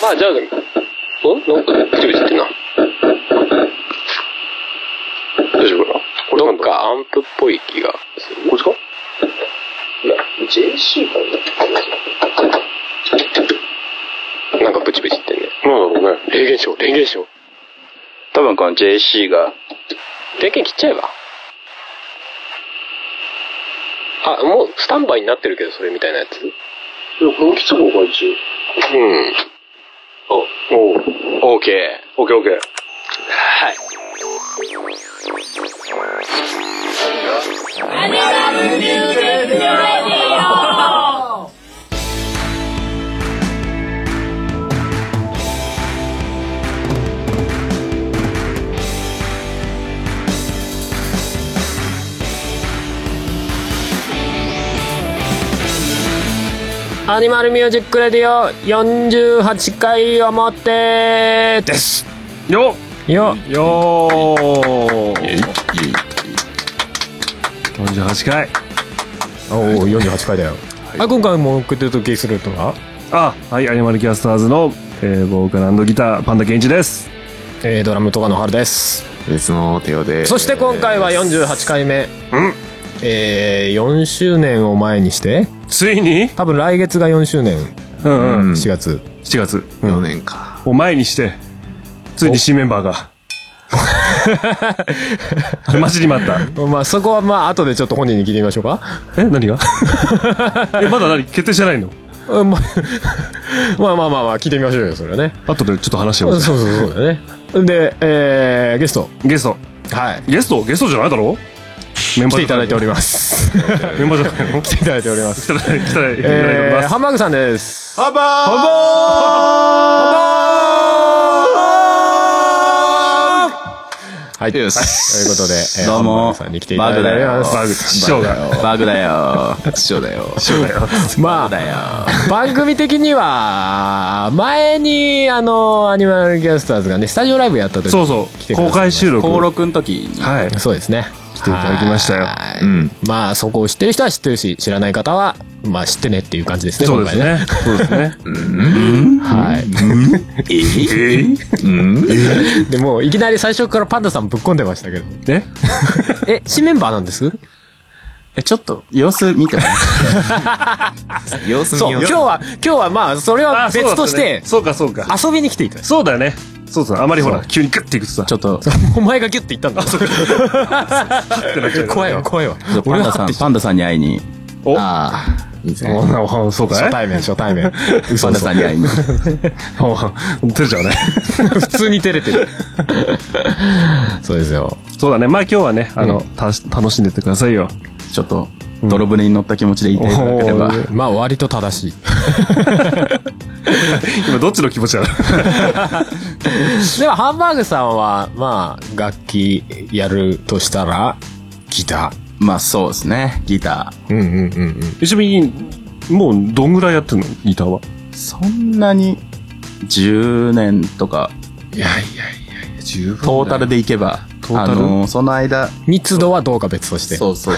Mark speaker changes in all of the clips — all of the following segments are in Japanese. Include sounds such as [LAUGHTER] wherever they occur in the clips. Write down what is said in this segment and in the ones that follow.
Speaker 1: まあじゃあ、んなんか
Speaker 2: ブチブチってんな大丈夫かなこれ
Speaker 1: ど
Speaker 2: なん
Speaker 1: っ
Speaker 2: だ
Speaker 1: かアンプっぽい気がする。
Speaker 2: こっちか
Speaker 3: いや、うち AC からだ
Speaker 1: なんかブチブチってんね。
Speaker 2: なんだろうね
Speaker 1: 霊現象、霊現象。
Speaker 4: 多分この JC が
Speaker 1: 電源切っちゃえば。あ、もうスタンバイになってるけど、それみたいなやつ
Speaker 3: いや、この基礎もが一応。
Speaker 1: うん。
Speaker 2: おう
Speaker 4: OK
Speaker 2: オッケーオッケー
Speaker 4: はい。
Speaker 1: アニマルミュージックレディオ48回表です
Speaker 5: よ
Speaker 1: よ
Speaker 5: っよー48回
Speaker 6: おお48回だよ、あ今回も送ってるとゲストレートが、
Speaker 5: あはいアニマルキャスターズの、えー、ボーカルギターパンダケンイチです
Speaker 1: えー、ドラムとかの春です
Speaker 6: 別の手をで
Speaker 1: そして今回は48回目えー、4周年を前にして
Speaker 5: ついに
Speaker 1: 多分来月が4周年
Speaker 5: うんうん
Speaker 6: うん
Speaker 1: 4月、
Speaker 5: 7月
Speaker 6: 4年か、
Speaker 5: を前にしてついに新メンバーがあれ待ちに待った
Speaker 1: まあそこはまあ後でちょっと本人に聞いてみましょうか
Speaker 5: え何が [LAUGHS] えまだ何決定してないの
Speaker 1: うん [LAUGHS] まあまあまあまあまあ聞いてみましょうよそれはね
Speaker 5: 後でちょっと話して
Speaker 1: そ
Speaker 5: ま
Speaker 1: う
Speaker 5: す
Speaker 1: そうそうだねで、えー、ゲスト
Speaker 5: ゲスト
Speaker 1: はい
Speaker 5: ゲストゲストじゃないだろメ
Speaker 1: 来
Speaker 5: ンバー
Speaker 1: ていただいてお
Speaker 5: り
Speaker 1: ります
Speaker 5: メンバーじゃないの
Speaker 1: [LAUGHS] 来て
Speaker 5: 来
Speaker 1: いただいております
Speaker 5: ていただいて来ていただいてお
Speaker 1: [LAUGHS]
Speaker 5: り
Speaker 1: え
Speaker 5: ま
Speaker 1: ー、
Speaker 5: す
Speaker 1: ハンバーグさんです。
Speaker 6: ハンバーグ
Speaker 1: はい。という
Speaker 6: よ
Speaker 1: こ
Speaker 6: し
Speaker 1: とで、えー
Speaker 6: どう
Speaker 1: ハンバー
Speaker 6: も
Speaker 1: グさんに来ていただいておりま
Speaker 5: バーグ師匠が
Speaker 6: バグだよ師匠だよ師匠だよ
Speaker 1: す。ま
Speaker 6: だよ
Speaker 1: あ、番組的には、前に、あの、アニマルキャスターズがね、スタジオライブやった時
Speaker 5: そうそう公開収録
Speaker 4: 登録の時に
Speaker 5: はい
Speaker 1: そうですね。来
Speaker 5: ていただきましたよ
Speaker 6: うん
Speaker 1: まあ、そこを知ってる人は知ってるし、知らない方は、まあ、知ってねっていう感じですね、
Speaker 5: そうです
Speaker 1: 今回。
Speaker 5: ねそうですね
Speaker 1: はい。
Speaker 6: うん
Speaker 1: でもういきなり最初からパンダさんぶっ込んでましたけ
Speaker 5: [LAUGHS]
Speaker 1: ど。
Speaker 5: え
Speaker 1: え、新メンバーなんです
Speaker 4: えちょっと様子見てもら
Speaker 6: 様子
Speaker 1: そう、
Speaker 6: 見よ
Speaker 1: 今日は、今日はまあ、それは
Speaker 5: あそうだ
Speaker 1: 別
Speaker 5: った
Speaker 1: と
Speaker 5: ね
Speaker 1: して、
Speaker 5: そうかそうか
Speaker 1: 遊びに来ていただい
Speaker 5: そうだよねそうそうあまりほら急にグッていくとさ
Speaker 4: ちょっと
Speaker 1: た。お前がギュッて言ったんだ。
Speaker 5: [LAUGHS]
Speaker 1: 怖いわ、怖いわ。
Speaker 4: パンダさんパンダさんに会いに
Speaker 6: ああいいぜ
Speaker 5: おなおそうか
Speaker 1: 初
Speaker 5: い
Speaker 1: 対面、初対面。嘘
Speaker 4: パンダ
Speaker 1: 嘘
Speaker 4: さんに会いに
Speaker 5: お照れちゃうね
Speaker 1: 普通に照れてる。そうですよ。
Speaker 5: [LAUGHS] そうだねまあ今日はねあのた楽しんでってくださいよ
Speaker 4: ちょっと泥船に乗った気持ちでいていただければ
Speaker 1: おーまあ、割と正しい。
Speaker 5: 今どっちの気持ちなの
Speaker 1: [LAUGHS] では、ハンバーグさんは、まあ、楽器やるとしたら、ギタ
Speaker 4: まあそうですねギタ
Speaker 1: ー。うんうんうんうん。
Speaker 5: ちなみにもうどんぐらいやってんのギターは
Speaker 4: ーそんなに10年とか
Speaker 1: いやいやいや。
Speaker 5: 十分
Speaker 4: トータルでいけば
Speaker 5: トータル
Speaker 4: あのーその間
Speaker 1: 密度はどうか別として。
Speaker 4: そうそう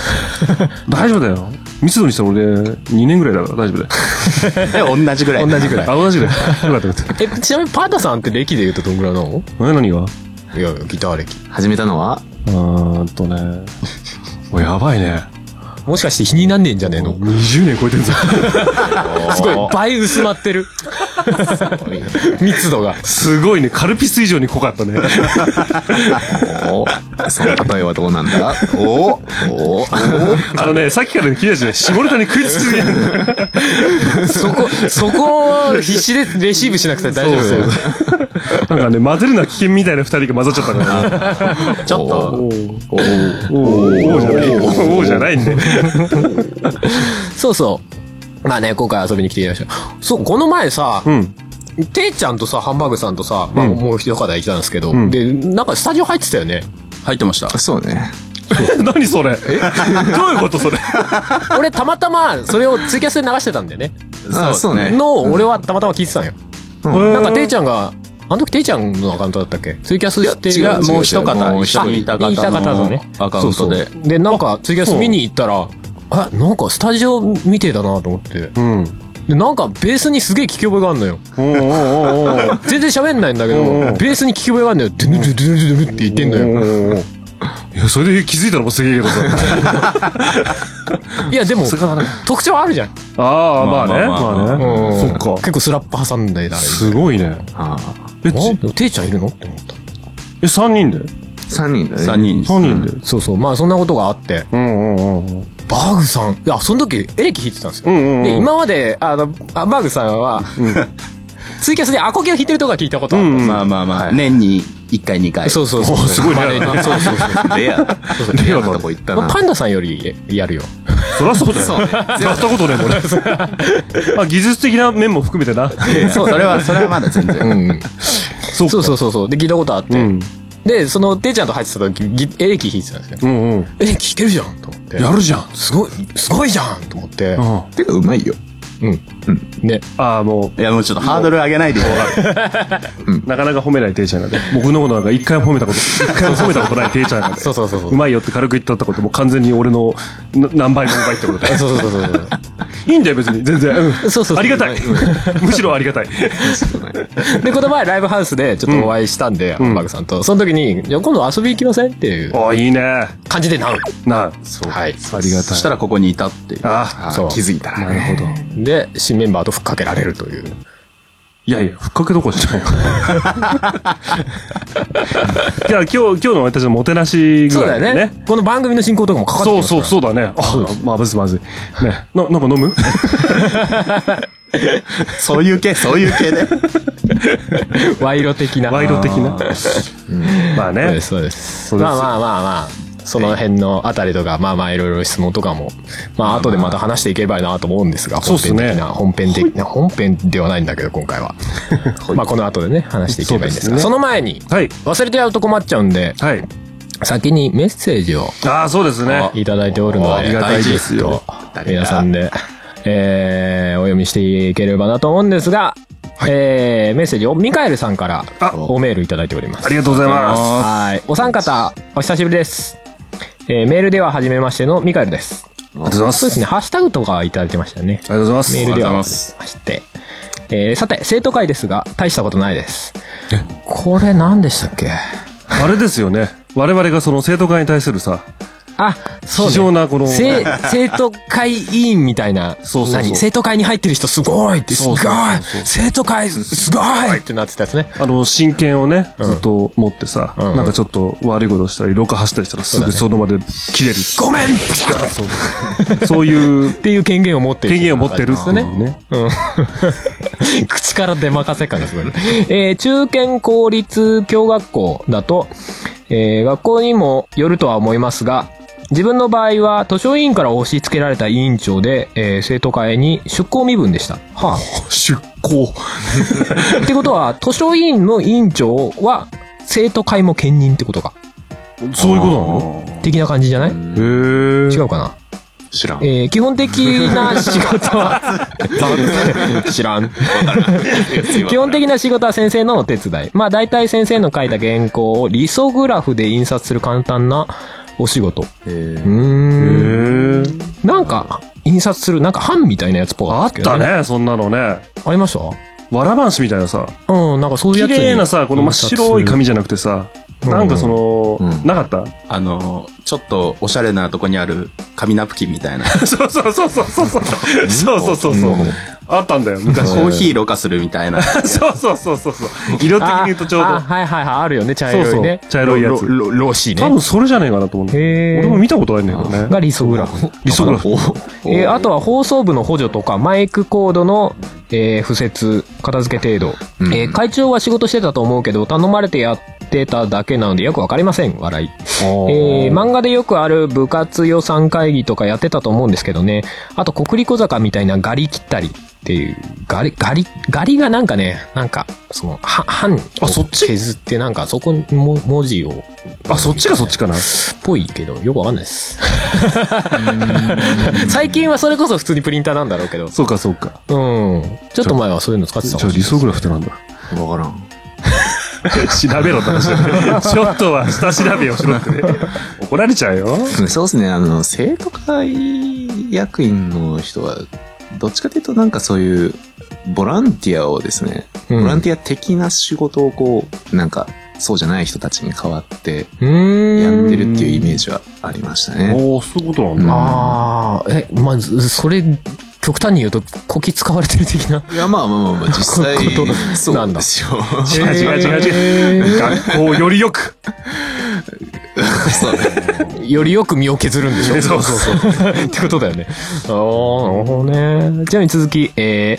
Speaker 5: 大丈夫だよ密度にしても俺2年ぐらいだから大 [LAUGHS] 丈夫だよ
Speaker 4: え同じぐらい
Speaker 1: 同じぐらい
Speaker 5: あ。同じぐらいよかったよかった
Speaker 1: え、ちなみにパンダさんって歴で言うとどんぐらいなの
Speaker 5: え何が
Speaker 1: いや、ギター歴。
Speaker 6: 始めたのは
Speaker 5: うーんとね。おやばいね。
Speaker 1: もしかして日になんねえんじゃねえの
Speaker 5: 20年超えてるぞ。
Speaker 1: すごい、倍薄まって [LAUGHS] る。密度が。
Speaker 5: すごいね。カルピス以上に濃かったね。
Speaker 6: おその例えはどうなんだおおお
Speaker 5: あのね、さっきから聞いたしね、下ネタに食いつきすぎる。
Speaker 1: そこ、そこを必死でレシーブしなくて大丈夫だよ。
Speaker 5: なんかね、混ぜるのは危険みたいな二人が混ざっちゃったから。
Speaker 4: ちょっと
Speaker 5: おおーじゃない。おおじゃないんで。
Speaker 1: そうそう。まあね、今回遊びに来ていらっしゃる。そう、この前さ、
Speaker 5: うん。
Speaker 1: ていちゃんとさ、ハンバーグさんとさ、まあ、
Speaker 5: うん
Speaker 1: もう一方いたんですけど、
Speaker 5: ん
Speaker 1: で、なんかスタジオ入ってたよね。
Speaker 4: 入ってました
Speaker 6: そうね
Speaker 5: 何それ。どういうことそれ。
Speaker 1: 俺、たまたま、それをツイキャスで流してたんだよね。
Speaker 6: あそうね
Speaker 1: の、俺はたまたま聞いてたんよ。
Speaker 5: な
Speaker 1: なんか、ていちゃんが、あの時ていちゃんのアカウントだったっけツイキャスして
Speaker 4: 違う、もう一
Speaker 6: 違う違
Speaker 4: 方、
Speaker 6: う
Speaker 4: 一緒にいた方
Speaker 1: いた方の
Speaker 4: の
Speaker 1: ね
Speaker 4: アカウントで。
Speaker 1: で、なんか、ツイキャス見に行ったら、あ、なんかスタジオ見てたなと思って。
Speaker 5: うん。
Speaker 1: でなんかベースにすげえ聞き覚えがあんのよ。
Speaker 5: おーおーおーおー
Speaker 1: 全然喋んないんだけど
Speaker 5: うんうん、
Speaker 1: ベースに聞き覚えがあんのよ。ドゥルドゥルドゥルドゥルドゥルって言ってんのよ。
Speaker 5: よ。いや、それで気づいたらもうすげえけどさ。
Speaker 1: いや、でも、特徴あるじゃん。
Speaker 5: ああ、まあね。
Speaker 4: まあまあ
Speaker 5: まあね。そっか。
Speaker 1: 結構スラップ挟んでたらいい。
Speaker 5: すごいね。
Speaker 6: あ
Speaker 5: え、
Speaker 1: あ
Speaker 5: ち
Speaker 1: でもていちゃんいるのって思った。
Speaker 5: え、3人で
Speaker 6: 3人だね。
Speaker 4: 3人。
Speaker 5: ?3 人で
Speaker 1: そうそう。まあ、そんなことがあって。
Speaker 5: うんうんうん。
Speaker 1: バーグさん。いや、その時、エレキ弾いてたんですよ。
Speaker 5: うんうんうん
Speaker 1: で、今まで、あの、あバーグさんは、 [LAUGHS] ツイキャスでアコギを弾いてるとか聞いたことあるんです
Speaker 4: まあまあまあ、年に1回2回。
Speaker 1: そうそうそう。すごいね。そうそうそう。
Speaker 5: [LAUGHS]
Speaker 6: レア。レアなとこ行った
Speaker 1: まあ
Speaker 6: な。
Speaker 1: パンダさんよりやるよ。
Speaker 5: そりゃそうだよ。
Speaker 6: そうね。
Speaker 5: やったことねえもんね。まあ技術的な面も含めてな。
Speaker 4: そう、それは、それはまだ全然。
Speaker 1: うん。
Speaker 5: そ
Speaker 1: そう
Speaker 5: う。
Speaker 1: そうそうそう。で、聞いたことあって。
Speaker 5: うん。
Speaker 1: で、その、ていちゃんと入ってた時、ギエレキ弾いてたんですよ。
Speaker 5: うんうん。
Speaker 1: エレキ弾けるじゃんと思って。
Speaker 5: やるじゃん。
Speaker 1: すごい、すごいじゃんと思って。
Speaker 5: あ
Speaker 6: てか、うまいよ。
Speaker 1: ね。
Speaker 5: あ、も
Speaker 4: いや、もうちょっとハードル上げないでよ。
Speaker 5: う、なかなか褒めないていちゃんがね。僕のことなんか一回も褒めたこと、一回も褒めたことないていちゃんがね。
Speaker 1: そうそうそうそう
Speaker 5: う。まいよって軽く言ったってこともう完全に俺のな何倍もうまいってことだよ。
Speaker 1: そうそうそうそう。
Speaker 5: いいんだよ別に、全然。うん
Speaker 1: そうそうそう
Speaker 5: ありがたい。むしろありがたい。
Speaker 1: で、この前ライブハウスでちょっとお会いしたんで、ハンバーグさんと。その時に、じゃあ今度遊び行きませんっていう
Speaker 5: おいいね。
Speaker 1: 感じでなる。
Speaker 5: なあ。
Speaker 1: はい。
Speaker 5: ありがた
Speaker 4: そ
Speaker 5: い
Speaker 4: したらここにいたっていう。
Speaker 5: あ
Speaker 6: あ
Speaker 1: そう
Speaker 6: ー気づいた
Speaker 5: あ、な
Speaker 6: ら
Speaker 5: る
Speaker 6: ね。
Speaker 5: ほど。
Speaker 1: で、新メンバーとふっかけられるという。
Speaker 5: いやいや、ふっかけどころじ
Speaker 1: [LAUGHS]
Speaker 5: ゃないよ。じゃあ今日、今日の俺たちのもてなし
Speaker 1: そ
Speaker 5: ぐ
Speaker 1: うだ
Speaker 5: らいで
Speaker 1: よ
Speaker 5: ね
Speaker 1: ね。。この番組の進行とかもかかって
Speaker 5: そう
Speaker 1: ますか
Speaker 5: そう、
Speaker 1: ら
Speaker 5: そうだね。あ、まずいまずい。ね。な、なんか飲む
Speaker 4: そういう系、そういう系で。
Speaker 1: 賄賂的な。
Speaker 5: 賄賂的な。ま
Speaker 1: そ
Speaker 5: あ
Speaker 1: うで
Speaker 5: ね
Speaker 1: す、。そうです。
Speaker 5: うです
Speaker 1: まあまあまあまあ、その辺のあたりとか、まあまあいろいろ質問とかも、まあ後でまた話していければなと思うんですが、
Speaker 5: そ
Speaker 1: 本
Speaker 5: うっす
Speaker 1: 編
Speaker 5: ね
Speaker 1: 的な、本編的な、本編ではないんだけど、今回は。まあこの後でね、話していけばいいんです
Speaker 5: そう
Speaker 1: が、
Speaker 5: です
Speaker 1: そ
Speaker 5: ね
Speaker 1: の前に、
Speaker 5: はい。
Speaker 1: 忘れてやると困っちゃうんで、
Speaker 5: はい。
Speaker 1: 先にメッセージを
Speaker 5: ああ、そうですね。
Speaker 1: いただいておるの
Speaker 5: あ
Speaker 1: で、
Speaker 5: りがたいです
Speaker 1: よ。皆さんで、えー、お読みしていければなと思うんですが、えー、メッセージをミカエルさんから
Speaker 5: あ
Speaker 1: おメールいただいております
Speaker 5: あ。りがとうございま
Speaker 1: はい。お三方、お久しぶりです。えーメールでは初めましてのミカエルです。
Speaker 5: す。ありがとうございま。
Speaker 1: そうですすね、ハッシュタグとかいただいてましたよね。
Speaker 5: ありがとうござ
Speaker 1: メ
Speaker 5: い
Speaker 1: ール
Speaker 5: ま。
Speaker 1: ですは初めまして。えーさて、生徒会ですが、大したことないです。これ何でしたっけ
Speaker 5: あれですよね。我々がその生徒会に対するさ、
Speaker 1: あ、そう、ね。
Speaker 5: 非常なこの
Speaker 1: せ生徒会委員みたいな。
Speaker 5: そうそうそう
Speaker 1: 何生徒会に入ってる人すごいって、すごい
Speaker 5: そうそう
Speaker 1: 生徒会すごいってなってたやつね。
Speaker 5: あの、真剣をね、ずっと持ってさ、
Speaker 1: んうん
Speaker 5: なんかちょっと悪いことしたり、廊下走ったりしたらすぐその場で切れる。
Speaker 1: ごめんっ
Speaker 5: そういう
Speaker 1: ていう権限を持ってる
Speaker 5: 権
Speaker 1: 人
Speaker 5: 限を持ってる
Speaker 1: で
Speaker 5: っ
Speaker 1: す
Speaker 5: てい
Speaker 1: よ
Speaker 5: う
Speaker 1: ね。
Speaker 5: ね。
Speaker 1: [LAUGHS] 口から出任せ感がすごいね。 [LAUGHS] えー中堅公立教学校だと、えー学校にもよるとは思いますが、自分の場合は図書委員から押し付けられた委員長で、えー生徒会に出向身分でした。は
Speaker 5: 出向。
Speaker 1: あ、ってことは、図書委員の委員長は、生徒会も兼任ってことか。
Speaker 5: そういうこ
Speaker 1: 的な感じじゃない
Speaker 5: となのへ
Speaker 1: 違
Speaker 5: え。
Speaker 1: うかな
Speaker 6: 知らん。
Speaker 1: えー基本的な仕事
Speaker 5: [LAUGHS]
Speaker 1: は、知らん。 [LAUGHS] 基本的な仕事は先生のお手伝い。まあ大体先生の書いた原稿をリソグラフで印刷する簡単なお仕事。うーん。
Speaker 5: へえ。
Speaker 1: なんか、印刷する、なんか版みたいなやつっぽか
Speaker 5: あ
Speaker 1: っ
Speaker 5: った
Speaker 1: けど
Speaker 5: た。ね、そんなのね。
Speaker 1: ありました
Speaker 5: わらばんしみたいなさ、
Speaker 1: うん、なんかそういう
Speaker 5: 綺
Speaker 1: やつに。
Speaker 5: 麗なさ、この真っ白い
Speaker 1: 印刷する。
Speaker 5: 紙じゃなくてさ、なんかその、なかった
Speaker 4: あの、ちょっとおしゃれなとこにある紙ナプキンみたいな。
Speaker 5: [LAUGHS] そうそうそうそうそうそう。そうそうそうそう。あったんだよ、昔。
Speaker 4: コーヒーろ過するみたいな。
Speaker 5: そうそうそうそうそう。色的に言うとちょう
Speaker 1: あ
Speaker 5: ど
Speaker 1: あ。はいはいはい、あるよね、茶
Speaker 5: そう
Speaker 1: 色い
Speaker 5: そ
Speaker 1: ね
Speaker 5: う。。茶色いやつ。
Speaker 1: ろろろしい
Speaker 5: 多
Speaker 1: ね。
Speaker 5: 分それじゃねえかなと思うんだ
Speaker 1: へー
Speaker 5: 俺も見たことないんだけどね。
Speaker 1: がリソグラフ。
Speaker 5: 理想論。
Speaker 1: えーあとは放送部の補助とか、マイクコードの、えー、付設、片付け程度、えー会長は仕事してたと思うけど、頼まれてやってただけなのでよくわかりません、笑い。えー漫画でよくある部活予算会議とかやってたと思うんですけどね。あと、小栗小坂みたいなガリ切ったりっていう、ガリ、ガリ、ガリがなんかね、なんか、その、は、半を
Speaker 5: あそっち
Speaker 1: 削ってなんか、そこにも文字を、
Speaker 5: あ、そっちがそっちかな。
Speaker 1: っぽいけど、よくわかんないです。最近はそれこそ普通にプリンターなんだろうけど。
Speaker 5: そうかそうか。
Speaker 1: うん。ちょっと前はそういうの使って
Speaker 5: じ
Speaker 1: た
Speaker 5: ゃ
Speaker 1: かも
Speaker 5: あ
Speaker 1: しれ
Speaker 5: 理
Speaker 1: ない
Speaker 5: 想グラフってなんだ
Speaker 6: わからん。
Speaker 5: 調べろって話だよねちょっとは下調べをしろってね。 [LAUGHS] 怒られちゃうよ。
Speaker 6: そうですね、あの、生徒会役員の人は、どっちかというとなんかそういう、ボランティアをですね、
Speaker 1: う
Speaker 6: ボ
Speaker 1: ん
Speaker 6: ランティア的な仕事をこう、なんか、そうじゃない人たちに代わって
Speaker 1: うーん。
Speaker 6: やってるっていうイメージはありましたね。
Speaker 5: おーそういうことなんだ。
Speaker 1: ああ、え、まあ、ずそれ、極端に言うと、こき使われてる的な。
Speaker 6: いや、まあまあまあまあ、実際
Speaker 1: こういうこ、と
Speaker 6: そうなんですよ。
Speaker 5: [LAUGHS] 違
Speaker 1: [LAUGHS]
Speaker 5: う違う違う違う。学校をよりよく。
Speaker 6: [LAUGHS] そう
Speaker 1: よりよく身を削るんでしょ
Speaker 5: [LAUGHS] そうそう
Speaker 1: そう。ってことだよね。ああ、なるほどね。ちなみに続き、え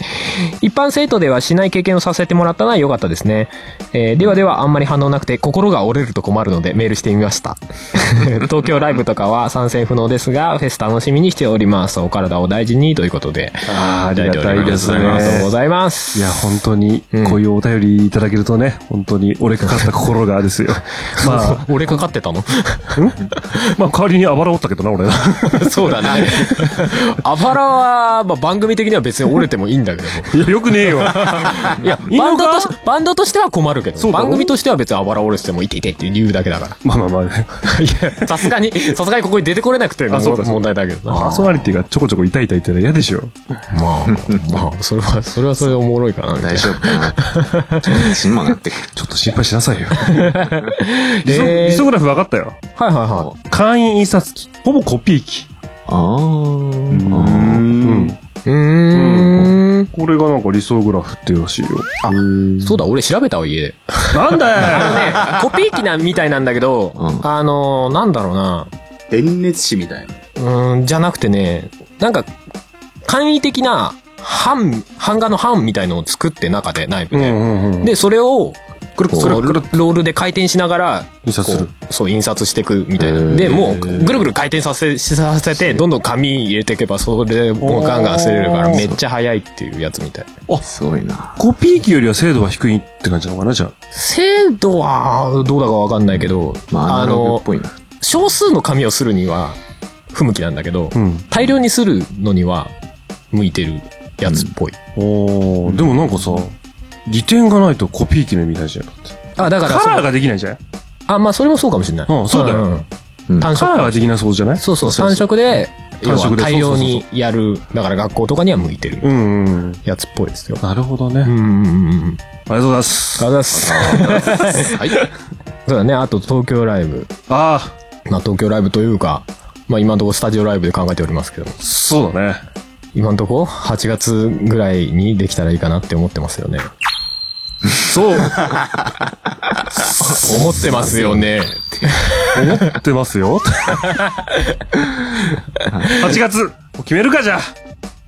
Speaker 1: ー、一般生徒ではしない経験をさせてもらったのは良かったですね。えーではではあんまり反応なくて心が折れると困るのでメールしてみました。 [LAUGHS] 東京ライブとかは参戦不能ですが、フェス楽しみにしております。お体を大事にということで。
Speaker 5: あーありがた
Speaker 1: あ
Speaker 5: い
Speaker 1: り
Speaker 5: で
Speaker 1: が
Speaker 5: すね。
Speaker 1: とうございます。
Speaker 5: いや、本当に、こういうお便りいただけるとね、本当に折れかかった心が [LAUGHS] ですよ。まあ、
Speaker 1: [LAUGHS] 俺かかって
Speaker 5: [LAUGHS]
Speaker 1: たの
Speaker 5: まあ、代わりにあばら折ったけどな、俺な。
Speaker 1: そうだね。あばらは、まあ、番組的には別に折れてもいいんだけども。
Speaker 5: いや、よくね [LAUGHS] えよ。
Speaker 1: いや、
Speaker 5: いいの
Speaker 1: バン
Speaker 5: か
Speaker 1: ドとし、バンドとしては困るけ
Speaker 5: そ
Speaker 1: ど、
Speaker 5: うだろ
Speaker 1: 番組としては別にあばら折れててもいていてって言うだけだ
Speaker 5: [LAUGHS]
Speaker 1: か
Speaker 5: まあまあまあね。
Speaker 1: ら。いや、さすがに、さすがにここに出てこれなくて
Speaker 5: あそうか
Speaker 1: 問題だけど
Speaker 5: パー
Speaker 1: な。
Speaker 5: ソナリティがちょこちょこ痛い痛いってのは嫌でしょ。
Speaker 1: まあ、まあ、 [LAUGHS] それは、それはそれでおもろいかな、みたいな。
Speaker 6: 大丈夫かな。ちょっと血にもなってくる。
Speaker 5: ちょっと心配しなさいよ。リソ
Speaker 1: えー
Speaker 5: リソグラフ分かったよ。
Speaker 1: はいはいは
Speaker 5: 会員印刷機。ほぼコピー機。
Speaker 6: あ
Speaker 5: う
Speaker 6: ー。
Speaker 5: ん。
Speaker 1: い。うーん。
Speaker 5: これがなんか理想グラフっていうらしいよ。
Speaker 1: そうだ、俺調べたわ、家で。
Speaker 5: な
Speaker 1: [LAUGHS]
Speaker 5: んだよ
Speaker 1: ね、コピー機な、みたいなんだけど、
Speaker 6: うん
Speaker 1: あの、なんだろうな。
Speaker 4: 電熱紙みたいな。
Speaker 1: うーん、じゃなくてね、なんか、簡易的な、版、版画の版みたいのを作って中で、内部
Speaker 5: うん
Speaker 1: で。
Speaker 5: うんうん。
Speaker 1: で、それを、くるくる
Speaker 5: それをくる
Speaker 1: ロールで回転しながら、
Speaker 5: 印刷する
Speaker 1: こうそう、印刷していくみたい
Speaker 6: へ
Speaker 1: な。
Speaker 6: ー
Speaker 1: で、もう、ぐるぐる回転させ、させて、どんどん紙入れていけば、それ、もうガンガン忘れるから、
Speaker 5: おー
Speaker 1: めっちゃ早いっていうやつみたい。
Speaker 6: すごいな。
Speaker 5: コピー機よりは精度は低いって感じなのかな、じゃあ。
Speaker 1: 精度は、どうだかわかんないけど、
Speaker 6: まあ、ア
Speaker 1: あ
Speaker 6: ナログ
Speaker 1: の
Speaker 6: っ、ぽいな。
Speaker 1: 少数の紙をするには、不向きなんだけど、
Speaker 5: ん。
Speaker 1: 大量にするのには、向いてるやつっぽい。
Speaker 5: おー、でもなんかさ、利点がないとコピー機の意味ないじゃん。だって
Speaker 1: あ、だか
Speaker 5: カ
Speaker 1: ら、
Speaker 5: ラー
Speaker 1: そ
Speaker 5: ができないじゃん。
Speaker 1: あ、まあ、それもそうかもしれない。
Speaker 5: うんそうだよ
Speaker 1: ん
Speaker 6: うん
Speaker 1: 単
Speaker 5: カラ
Speaker 1: 色
Speaker 5: ーができなそうじゃない
Speaker 1: そうそう、単色で、
Speaker 5: 単色で
Speaker 1: 要は大量
Speaker 5: そうそう
Speaker 1: にやる、だから学校とかには向いてる
Speaker 5: うんうんうん。
Speaker 1: やつっぽいですよ。
Speaker 5: なるほどね。あ
Speaker 1: う
Speaker 5: り
Speaker 1: んうんうんうん。
Speaker 5: がとうございます。
Speaker 1: あざっす。
Speaker 6: はい。
Speaker 1: そうだね、あと東京ライブ。
Speaker 5: あ
Speaker 1: まあ東京ライブというか、まあ今のところスタジオライブで考えておりますけども
Speaker 5: あ、そうだね。
Speaker 1: 今のところ8月ぐらいにできたらいいかなって思ってますよね。
Speaker 5: そう、
Speaker 1: 思ってますよね。
Speaker 5: 思ってます [LAUGHS] よ。8月、決めるかじゃ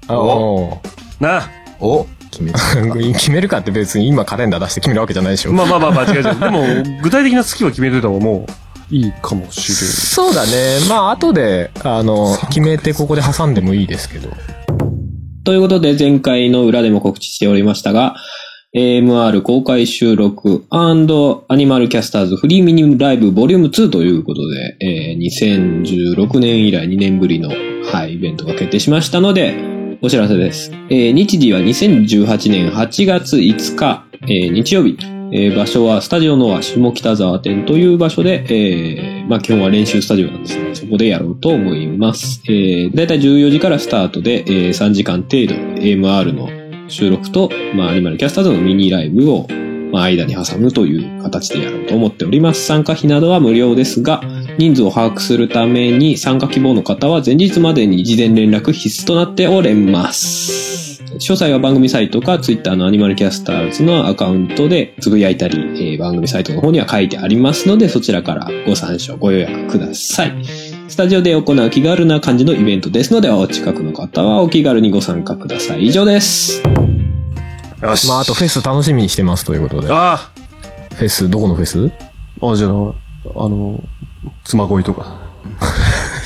Speaker 5: あ。
Speaker 1: あお
Speaker 5: なあ。
Speaker 6: お決めた。
Speaker 1: う [LAUGHS] 決めるかって別に今カレンダー出して決めるわけじゃないでしょ。
Speaker 5: まあまあまあまあ、違う違う。でも、具体的な月は決めてた方がもう、いいかもしれない。
Speaker 1: そうだね。まあ、後で、あの、決めてここで挟んでもいいですけど。
Speaker 7: ということで、前回の裏でも告知しておりましたが、AMR 公開収録アニマルキャスターズフリーミニライブボリューム2ということで、えー2016年以来2年ぶりの、はい、イベントが決定しましたので、お知らせです。えー日時は2018年8月5日、えー日曜日、えー場所はスタジオノア下北沢店という場所で、えーまあ基本は練習スタジオなんですが、そこでやろうと思います。えー、だいたい14時からスタートで、えー3時間程度 AMR の収録と、まあアニマルキャスターズのミニライブを、まあ間に挟むという形でやろうと思っております。参加費などは無料ですが、人数を把握するために参加希望の方は前日までに事前連絡必須となっております。詳細は番組サイトか Twitter のアニマルキャスターズのアカウントでつぶやいたり、えー番組サイトの方には書いてありますのでそちらからご参照、ご予約ください。スタジオで行う気軽な感じのイベントですのでお近くの方はお気軽にご参加ください。以上です。
Speaker 5: よし。
Speaker 1: まあ、あとフェス楽しみにしてますということで。
Speaker 5: あ
Speaker 1: フェス、どこのフェス
Speaker 5: あ。あ、じゃあ、あの、妻恋とか。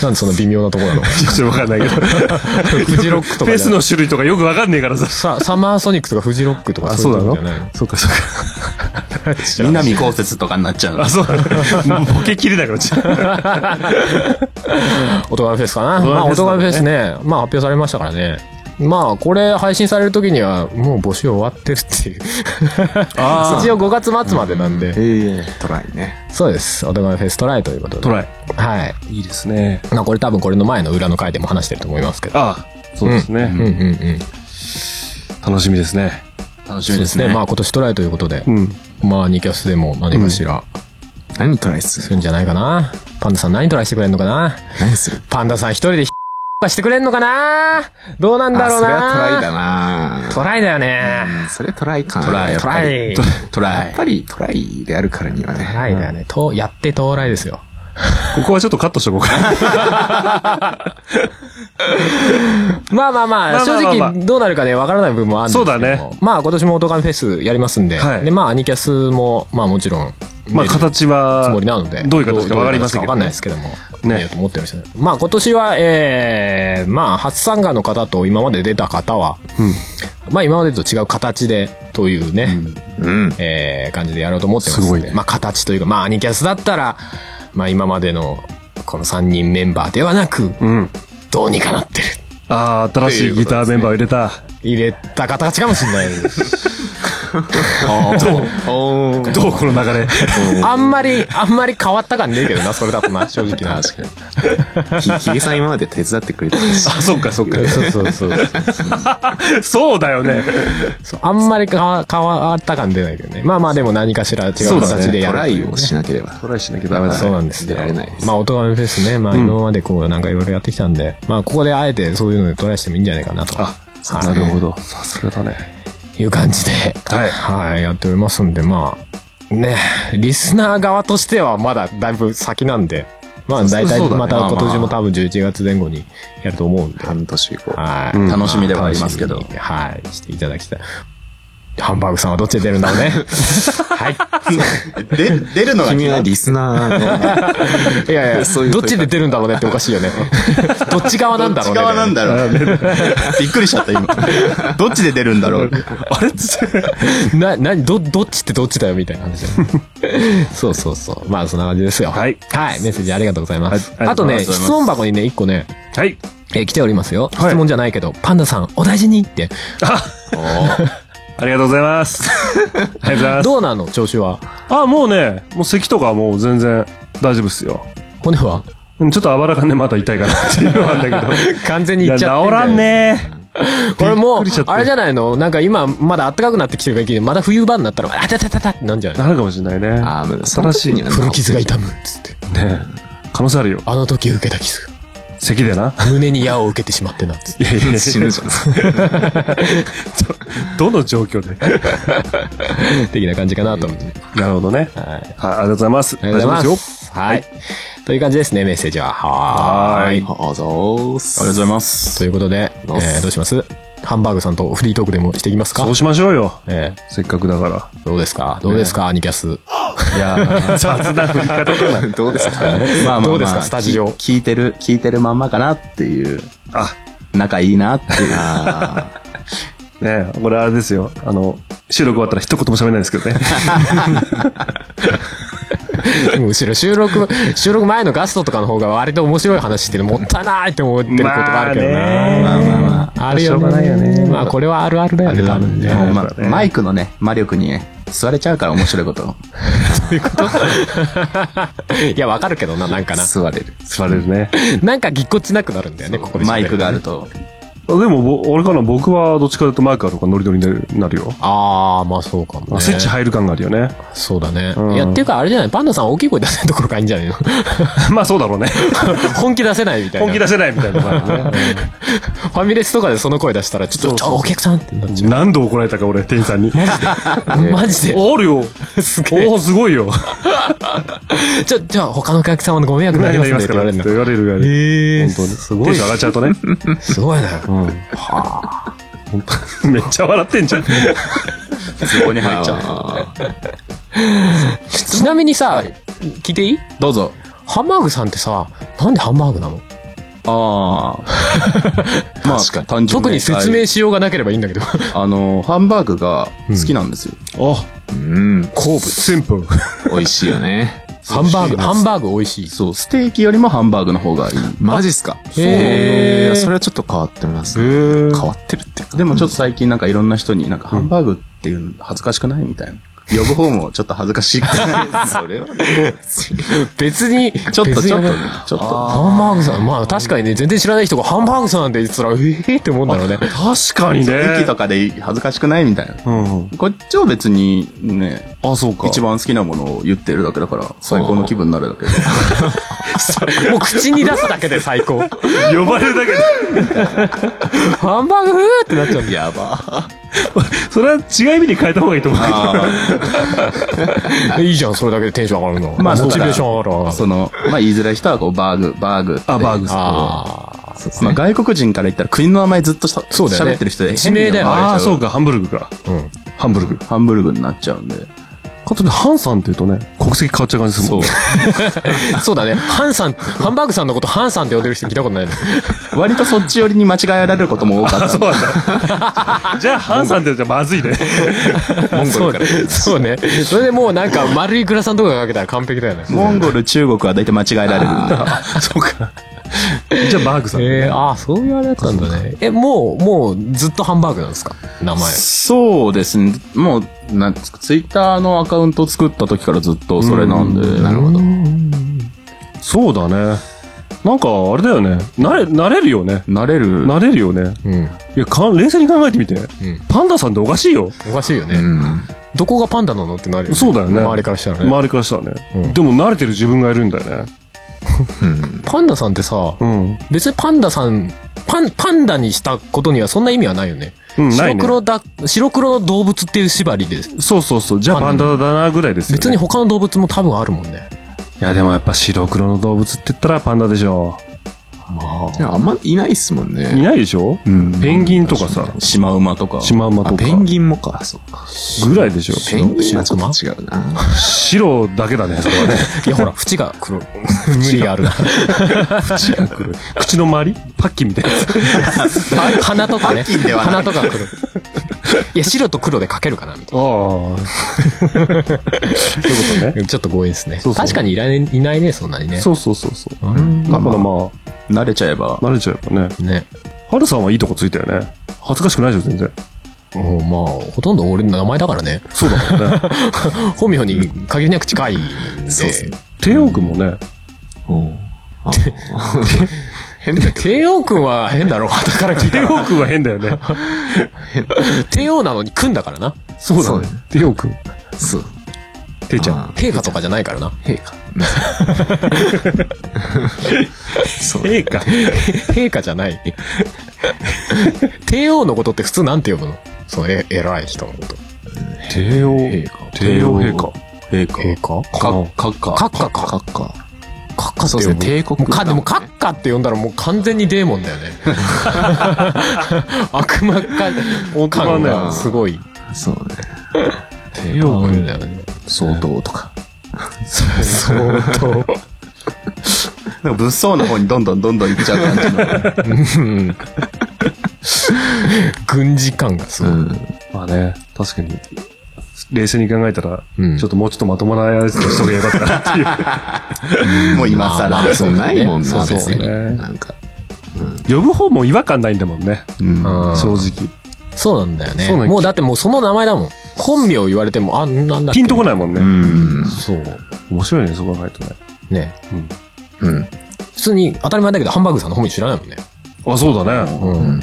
Speaker 1: なんでその微妙なとこなの
Speaker 5: ちょっとわかんないけど。
Speaker 1: [LAUGHS] フジロックとかじゃな
Speaker 5: フ
Speaker 1: い
Speaker 5: ェスの種類とかよくわかんねえからさ。
Speaker 1: さ、サマーソニックとかフジロックとか
Speaker 5: あ、
Speaker 1: そ
Speaker 5: そうう
Speaker 1: い
Speaker 5: な
Speaker 1: う
Speaker 5: の
Speaker 1: とこじゃないの
Speaker 5: そうか、そうか。
Speaker 4: 南こうせつとかになっちゃうの
Speaker 5: あ、。そうなの。ボケきれなくなっちゃう。
Speaker 1: オトガメフェスかな。まあ、オ
Speaker 5: オ
Speaker 1: ト
Speaker 5: ト
Speaker 1: ガ
Speaker 5: ガ
Speaker 1: メフェ
Speaker 5: メフェ
Speaker 1: ス
Speaker 5: ス
Speaker 1: ね。まあ、発表されましたからね。まあ、これ配信される時には、もう募集終わってるっていう。
Speaker 5: あ
Speaker 1: [LAUGHS] 一応5月末までなんで。
Speaker 6: ええトライね。
Speaker 1: そうです。オトガメフェストライということで。
Speaker 5: トライ。
Speaker 1: はい。
Speaker 5: いいですね。
Speaker 1: まあ、これ多分これの前の裏の回でも話してると思いますけど。
Speaker 5: ああ。そうですね。
Speaker 1: うんうんうん。
Speaker 5: 楽しみですね。
Speaker 6: 楽し
Speaker 1: そう
Speaker 6: み
Speaker 1: で
Speaker 6: ですす
Speaker 1: ね。
Speaker 6: ね。
Speaker 1: まあ今年トライということで
Speaker 5: う、ん。
Speaker 1: まあ2キャスでも何かしら
Speaker 6: 何トライ
Speaker 1: す
Speaker 6: する
Speaker 1: るんじゃないかな。パンダさん何トライしてくれんのかな
Speaker 6: 何する
Speaker 1: パンダさん一人でしてくれんのかなどうなんだ
Speaker 6: あ、
Speaker 1: ろう
Speaker 6: それ
Speaker 1: な
Speaker 6: はトライだな
Speaker 1: トライだよね。
Speaker 6: うんそれトライかな。
Speaker 1: トライ
Speaker 6: やっぱり
Speaker 1: トラ
Speaker 6: トライ。やっぱりトライであるからには
Speaker 1: [LAUGHS]
Speaker 6: ね。
Speaker 1: トライだよね。と、やって到来ですよ。
Speaker 5: ここはちょっとカットしとこうか。
Speaker 1: まあまあま
Speaker 5: ま
Speaker 1: あ、
Speaker 5: あま
Speaker 1: 正
Speaker 5: あまあまあ
Speaker 1: 直どうなるかね、わからない部分もあるんですけども
Speaker 5: そうだね
Speaker 1: まあ今年もオトガンフェスやりますんで、
Speaker 5: はい
Speaker 1: で、まあアニキャスも、まあもちろん、
Speaker 5: まあ、形は、
Speaker 1: つもりなので、
Speaker 5: どういう形かわかりません
Speaker 1: どういう形かわ
Speaker 5: けど
Speaker 1: かんない
Speaker 5: ね
Speaker 1: で。すけども、
Speaker 5: ね
Speaker 1: ね、と思ってましたね。まあ今年は、ええまあ初参加の方と今まで出た方は、まあ今までと違う形で、というね、
Speaker 6: うん。
Speaker 1: えー、感じでやろうと思ってますんです
Speaker 5: ごいね
Speaker 1: まあ形というか、まあアニキャスだったら、まあ今までのこの3人メンバーではなく、
Speaker 5: うん。
Speaker 1: どうにかなってる。
Speaker 5: ああ、新しいギターメンバーを入れた。
Speaker 1: 入れた方たちかもしれない。
Speaker 6: お
Speaker 5: どうこの流れ。
Speaker 1: あんまり、あんまり変わった感ねえけどな、それだとな、正直な。確かに。
Speaker 6: ひひげさん今まで手伝ってくれたし。
Speaker 5: あ、そっかそっか。
Speaker 1: そうそうそう
Speaker 5: そうだよね。
Speaker 1: そう。あんまりかわ変わった感出ないけどね。まあまあでも何かしら違う
Speaker 5: そうだね
Speaker 1: 形でや
Speaker 6: ト
Speaker 1: る
Speaker 6: ラ
Speaker 1: とい
Speaker 6: イ
Speaker 1: うね
Speaker 6: をしなければ。
Speaker 5: トライしなきゃダメだ。
Speaker 1: そうなんですよ
Speaker 6: 出られないです
Speaker 1: まあ、音がフェスね。まあ、今までこう、なんかいろいろやってきたんで、まあ、ここであえてそういうのでトライしてもいいんじゃないかなと。
Speaker 5: あ、
Speaker 1: はい
Speaker 5: なるほど。さすがだね。
Speaker 1: いう感じで、
Speaker 5: はい
Speaker 1: はい、やっておりますんで、まあ、ね、リスナー側としてはまだだいぶ先なんで、まあ、大体
Speaker 5: そうだね
Speaker 1: また
Speaker 6: まあ
Speaker 1: 今
Speaker 6: まあ
Speaker 1: 年も多分11月前後にやると思うんで、
Speaker 6: 半年後。
Speaker 1: はい。
Speaker 5: うん
Speaker 6: 楽しみではありますけど
Speaker 1: 楽しみにはい、していただきたい。ハンバーグさんはどっちで出るんだろう [LAUGHS] ね。はい。
Speaker 8: で、出るのが
Speaker 6: 君はリスナーの。
Speaker 1: いやいや、
Speaker 6: そういう
Speaker 1: どっちで出るんだろうねっておかしいよね。どっち側なんだろうね。
Speaker 8: どっち側なんだろうね。びっくりしちゃった、今。どっちで出るんだろう。
Speaker 1: な、なに、ど、どっちってどっちだよみたいな話だよ [LAUGHS] そうそうそう。まあ、そんな感じですよ。
Speaker 5: はい
Speaker 1: メッセージありがとうございます。
Speaker 5: はい
Speaker 1: あと
Speaker 5: あ
Speaker 1: ね、
Speaker 5: りがとうございます
Speaker 1: 質問箱にね、一個ね、
Speaker 5: はい。
Speaker 1: えー来ておりますよ。
Speaker 5: はい
Speaker 1: 質問じゃないけど、パンダさん、お大事にって、
Speaker 5: ありがとうございます。ありがとうございます。
Speaker 1: どうなの調子は。
Speaker 5: あ、もうね、もう咳とかはもう全然大丈夫っすよ。
Speaker 1: 骨は
Speaker 5: うんちょっとあばらがね、まだ痛
Speaker 1: [LAUGHS]
Speaker 5: いからっていうのはあんだけど。
Speaker 1: 完全に
Speaker 5: い
Speaker 1: いっ
Speaker 5: や、
Speaker 1: ち
Speaker 5: 治
Speaker 1: ゃってんじゃ
Speaker 5: ら
Speaker 1: ない
Speaker 5: ん。ね
Speaker 1: これも
Speaker 5: びっくりしちゃっ
Speaker 1: う、
Speaker 5: て
Speaker 1: あれじゃないのなんか今、まだ暖かくなってきてるからいいけど、まだ冬場になったら、あたたたたってなんじゃない
Speaker 5: なるかもしれないね。
Speaker 6: [LAUGHS] あー、
Speaker 5: 新しいね。
Speaker 1: 古傷が痛む。つって。
Speaker 5: 可能性あるよ。
Speaker 1: あの時受けた傷が。
Speaker 5: 咳でな。
Speaker 1: 胸に矢を受けてしまってな。つって
Speaker 5: いやいや
Speaker 6: 死ぬじゃん。
Speaker 5: [LAUGHS] どの状
Speaker 1: [LAUGHS]
Speaker 5: 況で。
Speaker 1: 的な感じかなと思って。
Speaker 5: なるほどね。はい。ありがとうございます。
Speaker 1: ありがとうござい
Speaker 5: 大丈夫
Speaker 1: ま
Speaker 5: ですよ。
Speaker 1: す。はい。という感じですね、メッセージは。はーい。
Speaker 6: あざーす。
Speaker 8: ありがとうございます。
Speaker 1: ということで、えーどうしますハンバーグさんとフリートークでもしていきますか
Speaker 5: そうしましょうよ。
Speaker 1: え
Speaker 5: せっかくだから。
Speaker 1: ーどうですかどうですかアニキャス。
Speaker 6: いや、
Speaker 5: 雑な振り方だな。
Speaker 6: どうですかね。まあまあまあ
Speaker 1: [LAUGHS] どうですかスタジオ
Speaker 6: 聞いてる、聞いてるまんまかなっていう。
Speaker 5: あ、
Speaker 6: 仲いいなっていう。あ
Speaker 5: ねこれあれですよ。あの、収録終わったら一言も喋れないですけど [LAUGHS] ね。
Speaker 1: で [LAUGHS] も後ろ収録、収録前のガストとかの方が割と面白い話してるもったいないって思ってることがあるけどな。
Speaker 5: まあねまあま
Speaker 1: あるよね。
Speaker 5: しょうがないよね
Speaker 1: まあこれはあるあるだよね、多
Speaker 6: [LAUGHS]
Speaker 1: 分ね。
Speaker 6: まあマイクのね、魔力にね、吸われちゃうから面白いこと。
Speaker 1: いや、わかるけどな、なんかな。
Speaker 6: 吸われる。
Speaker 5: 座れるね。
Speaker 1: なんかぎっこちなくなるんだよね、ここで。
Speaker 6: マイクがある。と。
Speaker 5: あでも、ぼ俺かな、僕はどっちかというとマーカーとかノリノリになるよ。
Speaker 1: あー、まあそうかも
Speaker 5: あ
Speaker 1: ね。
Speaker 5: スイッチ入る感があるよね。 [LAUGHS]
Speaker 1: そうだね。
Speaker 5: うん
Speaker 1: いや、っていうかあれじゃないパンダさん大きい声出せないところがいいんじゃないの
Speaker 5: まあそうだ [LAUGHS] ろうね。
Speaker 1: 本気出せないみたいな。
Speaker 5: 本気出せないみたいなのがあるね。
Speaker 1: ファミレスとかでその声出したら、ちょっと、ちょ、お客さんってなっち
Speaker 5: 何度怒られたか俺、店員さんに。
Speaker 1: ゃう。マジで。
Speaker 5: おるよ。す
Speaker 1: げえ
Speaker 5: おーすごいよ。
Speaker 1: ちょ、じゃあ他のお客様のご迷惑になりますねって言
Speaker 5: [LAUGHS]
Speaker 1: われる
Speaker 5: 言
Speaker 1: の。
Speaker 5: われる言われる。本当に。すごい。テンション上がっちゃう [LAUGHS] とね。
Speaker 1: すごいな。
Speaker 5: めっちゃ笑ってんじゃん。
Speaker 8: そこに入っちゃう。
Speaker 1: ちなみにさ、聞いていい
Speaker 6: どうぞ。
Speaker 1: ハンバーグさんってさ、なんでハンバーグなの
Speaker 4: ああ。まあ、確かに。
Speaker 1: 特に説明しようがなければいいんだけど。
Speaker 4: あの、ハンバーグが好きなんですよ。
Speaker 6: うん。
Speaker 5: 好物。シンプル。
Speaker 6: 美味しいよ [LAUGHS] ね。
Speaker 1: [LAUGHS] ハンバーグ、ハンバーグ美味しい。
Speaker 4: そう、ステーキよりもハンバーグの方がいい。
Speaker 1: [LAUGHS]
Speaker 6: マジっすか
Speaker 1: へー
Speaker 6: そうそれはちょっと変わってますね。変わってるっていうか。
Speaker 4: でもちょっと最近なんかいろんな人になんかハンバーグっていうの恥ずかしくないみたいな。
Speaker 8: 呼ぶ方もちょっと恥ずかしい。
Speaker 1: [LAUGHS]
Speaker 6: それはね、
Speaker 1: 別に、ち
Speaker 8: ちょっと、ちょっとね、ちょっと。
Speaker 1: ハンバーグさん、まあ確かにね、全然知らない人がハンバーグさんって言ってたら、ええって思うんだろうね。
Speaker 5: 確かに
Speaker 8: 駅
Speaker 5: ね。
Speaker 8: とかで恥ずかしくないみたいな。
Speaker 5: うんうん。
Speaker 8: こっちは別にね、
Speaker 5: あ、そうか。
Speaker 8: 一番好きなものを言ってるだけだから、最高の気分になるだけ
Speaker 1: [LAUGHS]
Speaker 8: で。
Speaker 1: もう口に出すだけで最高。
Speaker 5: 呼ばれるだけで。
Speaker 1: ハンバーグ風ってなっちゃうんだよ。
Speaker 6: やば。
Speaker 5: それは違う意味に変えた方がいいと思うけど。
Speaker 1: いいじゃん、それだけでテンション上がるの。
Speaker 8: まあ
Speaker 1: モチベーション上がる上がる。
Speaker 8: その、まあ言いづらい人はこう、バーグ、バーグ。あ、バーグ
Speaker 1: ああ。
Speaker 8: まあ外国人から言ったら国の名前ずっとしゃ
Speaker 1: そうだよね
Speaker 8: 喋ってる人で。
Speaker 1: 地名だよね
Speaker 5: ああ、そう
Speaker 8: か。
Speaker 5: か、ハンブルグか。
Speaker 1: うん。
Speaker 5: ハンブルグ。
Speaker 8: ハンブルグになっちゃうんで。
Speaker 5: かといってハンさんって言うとね、国籍変わっちゃう感じするもん。そ
Speaker 1: そ
Speaker 5: う。
Speaker 1: うだね。ハンさん、ハンバーグさんのことハンさんって呼んでる人聞いたことないの。
Speaker 8: 割とそっち寄りに間違えられることも多
Speaker 5: [LAUGHS]
Speaker 8: かっ
Speaker 5: じゃあ、ハンさんって言うとまずいね。
Speaker 1: モンゴルから。そうね。それでもうなんか丸いグラさんとかかけたら完璧だよね
Speaker 8: た。。モンゴル、中国は大体間違えられるんで。
Speaker 5: そうか。じゃあ、バーグさん。
Speaker 1: えー、ああ、そういうあれだったんだね。え、もう、もうずっとハンバーグなんですか名前。
Speaker 8: そうですね。もう、なんつうか、ツイッターのアカウント作った時からずっとそれなんで。なるほど。
Speaker 5: そうだね。なんか、あれだよね。なれ、なれるよね。
Speaker 8: 慣れる。
Speaker 5: なれるよね。
Speaker 1: うん。
Speaker 5: いや、か冷静に考えてみて。パンダさんっておかしいよ。
Speaker 1: おかしいよね。
Speaker 8: うん。
Speaker 1: どこがパンダなのってなるよね。
Speaker 5: そうだよね
Speaker 1: 周りからしたらね。
Speaker 5: 周りからしたらね、
Speaker 1: うん
Speaker 5: でも慣れてる自分がいるんだよね。
Speaker 1: パンダさんってさ、
Speaker 5: うん。
Speaker 1: 別にパンダさん、パン、パンダにしたことにはそんな意味はないよね。
Speaker 5: うん、ない
Speaker 1: 白
Speaker 5: ね。
Speaker 1: 黒だ、白黒の動物っていう縛りです。
Speaker 5: そうそうそう。じゃあパンダだなぐらいですよ、ね。
Speaker 1: 別に他の動物も多分あるもんね。
Speaker 5: いや、でもやっぱ白黒の動物って言ったらパンダでしょ。
Speaker 6: いやあんまいないっすもん
Speaker 5: い
Speaker 6: ね。
Speaker 5: ないでしょ
Speaker 8: うん。
Speaker 5: ペンギンとかさ、
Speaker 8: シマウマとか。
Speaker 5: シマウマ
Speaker 6: あ
Speaker 5: とか
Speaker 6: ペンギンもか、そうか。
Speaker 5: ぐらいでしょ。
Speaker 6: ペンギンはちょっと違うな。
Speaker 5: 白だけだね、それは [LAUGHS] ね。
Speaker 1: いや、ほら、縁が黒。無理があるな。
Speaker 5: 口の周りパッキンみたいなやつ。
Speaker 1: 鼻とかね。
Speaker 8: ンではな
Speaker 1: 鼻とか黒。いや、白と黒で描けるかな、み
Speaker 5: [LAUGHS]
Speaker 1: たい
Speaker 5: ああ。そういうことね。
Speaker 1: な。ちょっと強引ですね。
Speaker 5: そうそう
Speaker 1: 確かにいらねいないね、そんなにね。
Speaker 5: そうそうそうそう。
Speaker 1: うん
Speaker 5: だからまあ、
Speaker 8: 慣れちゃえば。
Speaker 5: 慣れちゃえばね。
Speaker 1: ね。
Speaker 5: ハルさんはいいとこついたよね。恥ずかしくないでしょ、全然。
Speaker 1: もうまあ、ほとんど俺の名前だからね。
Speaker 5: そうだもんね。 [LAUGHS]
Speaker 1: 本名に限りなく近いんで。
Speaker 6: そうっすね
Speaker 5: 帝王君もね、
Speaker 6: うんあ [LAUGHS] 変だけ
Speaker 1: 帝王君は変だろう、だから聞いて
Speaker 5: 帝
Speaker 1: よ。
Speaker 5: 王君は変だよね。
Speaker 1: 帝王なのに君だからな。
Speaker 5: そう
Speaker 6: そ
Speaker 5: だ
Speaker 6: う
Speaker 5: ね
Speaker 6: だ。
Speaker 5: 帝王君。
Speaker 6: ど。そう。
Speaker 5: [LAUGHS] てちゃん。
Speaker 6: あ
Speaker 1: 陛下とかじゃないからな。
Speaker 6: ー。陛下。
Speaker 5: 陛
Speaker 1: [LAUGHS]
Speaker 5: 下。
Speaker 1: 陛下じゃない。帝王のことって普通なんて呼ぶのそのえ偉い人のこと。
Speaker 5: 帝王。帝王陛下。
Speaker 8: 陛下。
Speaker 1: 陛下
Speaker 8: か、かか。
Speaker 1: 閣下か。
Speaker 8: かか。
Speaker 1: 閣下って呼ぶ。
Speaker 6: そうですね帝国
Speaker 1: もうか、でも閣下って呼んだらもう完全にデーモンだよね。悪魔感感がすごい。
Speaker 6: そうね。
Speaker 1: 帝王君だよね。
Speaker 6: 相当とか。
Speaker 1: 相当。
Speaker 8: なんか物騒な方にどんどんどんどん行っちゃう感じの。
Speaker 1: うん軍事感がすごい。
Speaker 5: まあね、確かに。冷静に考えたら、
Speaker 1: うん
Speaker 5: ちょっともうちょっとまともなやつの人がよかった [LAUGHS] なっていう。
Speaker 8: もう今
Speaker 1: まあま
Speaker 8: 更
Speaker 1: あ。
Speaker 6: そうないもん
Speaker 1: そ
Speaker 6: な、
Speaker 1: うそう
Speaker 6: 別に。
Speaker 5: ね
Speaker 6: なんか。
Speaker 5: 呼ぶ方も違和感ないんだもんね。
Speaker 8: うん
Speaker 1: うん
Speaker 5: 正直。
Speaker 1: そうなんだよ
Speaker 5: そうなん
Speaker 1: ね。
Speaker 5: だ
Speaker 1: もうだってもうその名前だもん。本名言われても、あ、なんだっけ
Speaker 5: ピンとこないもん
Speaker 8: うん。
Speaker 5: ね。
Speaker 1: そう。
Speaker 5: 面白いね、そこがないとね。
Speaker 1: ね。
Speaker 6: うん。
Speaker 1: 普通に当たり前だけど、ハンバーグさんの本名知らないもんね。
Speaker 5: あ、そうだね。
Speaker 1: うん。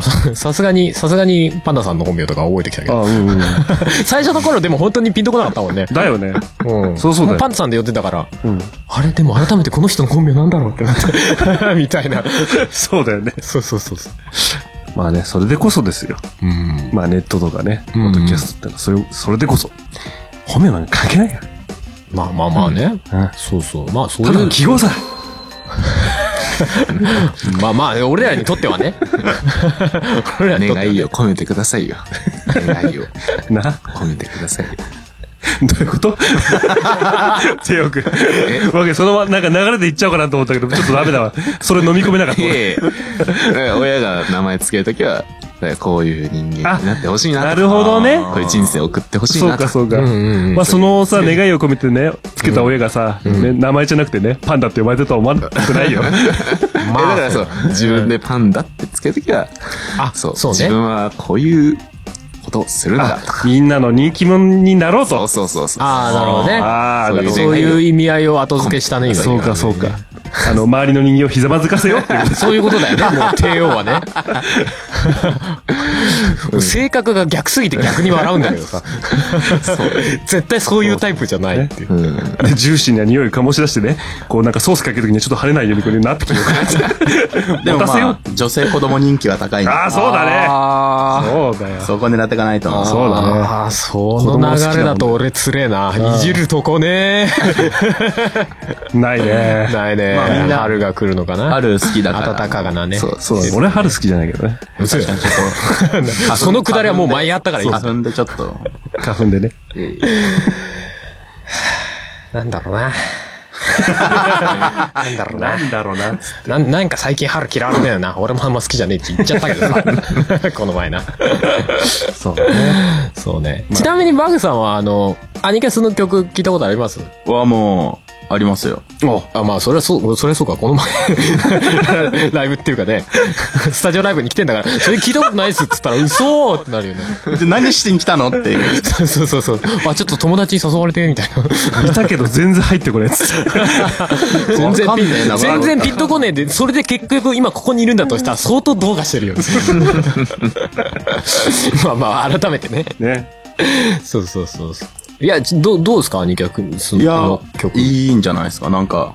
Speaker 1: ささすがに、さすがにパンダさんの本名とか覚えてきたけ
Speaker 5: あ
Speaker 1: ど。
Speaker 5: うんうん。。
Speaker 1: 最初の頃でも本当にピンとこなかったもんね
Speaker 5: だよね。
Speaker 1: うん。
Speaker 5: そうそうだよ
Speaker 1: もパンダさんで呼んでたから、
Speaker 5: うん。
Speaker 1: あれでも改めてこの人の本名なんだろうってな [LAUGHS] って。みたいな。
Speaker 5: [LAUGHS] そうだよね。
Speaker 1: そうそうそうそう。
Speaker 5: まあね、それでこそですよ。
Speaker 1: うん。
Speaker 5: まあネットとかね、ポ
Speaker 1: うんうん
Speaker 5: ッドキャストってのは、それ、それでこそ。褒めなんか関係ないから。
Speaker 1: まあまあまあね。
Speaker 5: うん
Speaker 1: そうそう。まあそう
Speaker 5: ただ
Speaker 1: いう。
Speaker 5: の記号さ。
Speaker 1: まあまあ、俺らにとってはね。俺らにとってはね
Speaker 6: 願いを込めてくださいよ。願いを
Speaker 5: な。
Speaker 6: 込めてくださいよ。
Speaker 5: どういうこと [LAUGHS] 手よく。わけ、そのまま、なんか流れでいっちゃおうかなと思ったけど、ちょっとダメだわ。それ飲み込めなかった。
Speaker 6: ええ。だから親が名前つけるときは、だからこういう人間になってほしいなと
Speaker 5: あ
Speaker 6: か。
Speaker 5: なるほどね
Speaker 6: こういう人生送ってほしい
Speaker 5: そう
Speaker 6: なと
Speaker 5: か、
Speaker 6: か。
Speaker 5: そうか。
Speaker 1: うんうん
Speaker 5: まあ、そのさ、願いを込めてね、つけた親がさ、ね、名前じゃなくてね、パンダって呼ばれてたとは思わなくない
Speaker 6: [LAUGHS]
Speaker 5: よ。
Speaker 6: えだからそう、自分でパンダってつけるときは、
Speaker 1: あ、
Speaker 6: そう
Speaker 1: そう
Speaker 6: 自
Speaker 1: ね。
Speaker 6: 分はこういうこことをするんだとか。
Speaker 5: みんなの人気者になろう
Speaker 6: そ
Speaker 5: と
Speaker 6: う。そうそうそう。
Speaker 1: ああ、なるほどね。
Speaker 5: ああ、
Speaker 6: そう
Speaker 5: な
Speaker 6: いう
Speaker 5: るほど。
Speaker 1: そういう意味合いを後付けしたね、今ね。
Speaker 5: そうか、そうか。あの、周りの人形をひざまずかせようっていう。
Speaker 1: そういうことだよね、もう帝王はね。もう性格が逆すぎて逆に笑うんだけどさ。絶対そういうタイプじゃないっていう。
Speaker 5: で、ジューシーな匂いを醸し出してね、こうなんかソースかけるときにはちょっと跳ねないようにこれなってきてようかなって。
Speaker 4: でも
Speaker 5: 持たせよ
Speaker 4: ま
Speaker 5: う。
Speaker 4: あ、女性子供人気は高いんで
Speaker 5: ああ、そうだね。
Speaker 1: あ
Speaker 5: そうだよ。
Speaker 4: そこ狙っていかないと。
Speaker 1: あ。
Speaker 5: そうだね
Speaker 1: ああ、その流れだと俺つれえな。いじるとこね
Speaker 5: ないね。
Speaker 1: ないね。
Speaker 4: まあみんな
Speaker 1: 春が来るのかな。
Speaker 4: 春好きだから。
Speaker 1: 暖かがなね。
Speaker 4: そう、そう。
Speaker 5: そうだね俺春好きじゃないけどね。
Speaker 1: 嘘やんそのくだりはもう前やったからいい
Speaker 4: 花粉でちょっと。
Speaker 5: 花粉でね。
Speaker 1: なんだろう [LAUGHS] な。なんだろうな。
Speaker 5: んだろうな。
Speaker 1: ななんか最近春嫌われたよな。俺もあんま好きじゃねえって言っちゃったけどさ。
Speaker 5: [LAUGHS]
Speaker 1: この前な。
Speaker 5: そうだね。
Speaker 1: そうね。ちなみにバグさんは、あの、アニキャスの曲聞いたことあります
Speaker 4: はもう、ありますよ。
Speaker 1: あ、まあ、それはそう、それはそうか、この
Speaker 5: [LAUGHS]
Speaker 1: 前、ライブっていうかね、スタジオライブに来てんだから、それ聞いたことないっすっつったら、嘘ーってなるよ
Speaker 5: [LAUGHS]
Speaker 1: ね。
Speaker 4: で何しに来たのっていう。
Speaker 1: そうそうそうそう。あ、ちょっと友達に誘われて、みたいな。
Speaker 5: いたけど全然入ってこないやつ。
Speaker 1: 全然
Speaker 4: わか
Speaker 1: ピ
Speaker 4: んねえな
Speaker 1: ン、全然ピッとこねえで、それで結局今ここにいるんだとしたら相当動画してるよね。まあまあ、改めてね。
Speaker 5: ね。
Speaker 1: そうそうそうそう。いや、ちどう、どうですか兄客、その
Speaker 4: い
Speaker 1: こ
Speaker 4: や
Speaker 1: の曲。、
Speaker 4: いいんじゃないですか。なんか、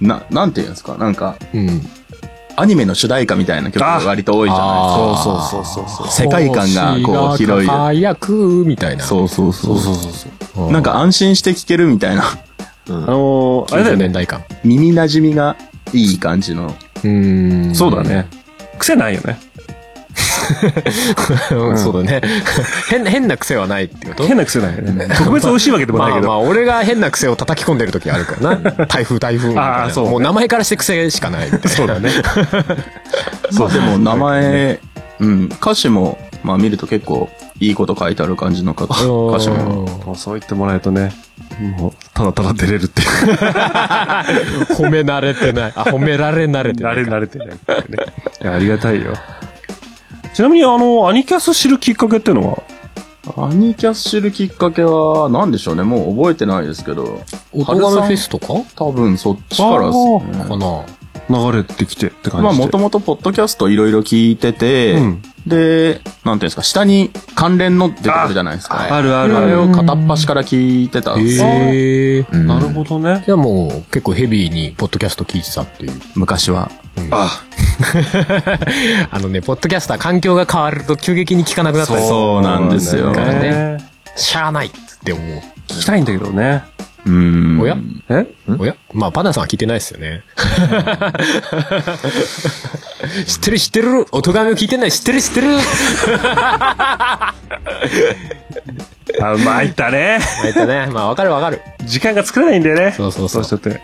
Speaker 4: な、なんていうんですか。なんか、
Speaker 1: うん。
Speaker 4: アニメの主題歌みたいな曲が割と多いじゃないですか。
Speaker 1: そうそう
Speaker 5: そうそうそう。
Speaker 4: 世界観がこう広いで。
Speaker 1: 輝く、みたいな。
Speaker 4: そうそうそうそう
Speaker 1: う
Speaker 4: なんか安心して聴けるみたいな。 [LAUGHS]
Speaker 5: あのー、あれだ
Speaker 1: 90
Speaker 5: よね。
Speaker 1: 年代感。
Speaker 4: 耳馴染みがいい感じの。
Speaker 1: うーん。
Speaker 5: そうだね。癖ないよね。
Speaker 1: うん。 [LAUGHS] そうだね。変、変な癖はないってこと
Speaker 5: 変な癖ないよね。特別美味しいわけでも
Speaker 1: ま
Speaker 5: ない
Speaker 1: あ
Speaker 5: け
Speaker 1: ま
Speaker 5: ど。
Speaker 1: あ、俺が変な癖を叩き込んでる時あるからな。台風、台風みたいな。
Speaker 5: あーそう
Speaker 1: もう名前からして癖しかないみたいな。
Speaker 5: そうだね。
Speaker 4: そう、でも名前、うん、歌詞も、まあ見ると結構いいこと書いてある感じの歌歌詞も。
Speaker 5: もうそう言ってもらえるとね、もう、ただただ出れるっていう。
Speaker 1: 褒め慣れてない。あ、褒められ慣れてな
Speaker 5: 慣れ
Speaker 1: い。
Speaker 5: 慣れてないっていうね。いや、ありがたいよ。ちなみに、あの、アニキャス知るきっかけってのは、
Speaker 4: アニキャス知るきっかけは、なんでしょうね、もう覚えてないですけど、
Speaker 1: 音ガメフェスとか
Speaker 4: 多分そっちからですね。
Speaker 1: かな
Speaker 5: 流れてきてって感じで。
Speaker 4: まあもともとポッドキャストいろいろ聞いてて、
Speaker 5: うん
Speaker 4: で、なんていうんですか、下に関連の出てくるじゃないですか。
Speaker 5: あるあ
Speaker 4: あ
Speaker 5: るあ
Speaker 4: れ
Speaker 5: る。
Speaker 4: を片っ端から聞いてたんですよ
Speaker 1: へえ。
Speaker 5: なるほどね。
Speaker 1: じゃあもう結構ヘビーにポッドキャスト聞いてたって [LAUGHS] いう。
Speaker 4: 昔は。
Speaker 1: あのね、ポッドキャスター環境が変わると急激に聞かなくなったりする
Speaker 4: そうなんですよ。
Speaker 1: なんだね
Speaker 5: ね
Speaker 1: しゃあないって思う。
Speaker 5: 聞きたいんだけどね。
Speaker 4: うん。
Speaker 1: おや
Speaker 5: え
Speaker 1: おやまあ、パンダさんは聞いてないですよ [LAUGHS] ね。知ってる知ってる音ガメを聞いてない知ってる知ってる
Speaker 5: あ、参ったね。
Speaker 1: えっとね、まあ、わかるわかる。
Speaker 5: 時間が作れないんだよね。
Speaker 1: そうそうそう
Speaker 5: しちゃって。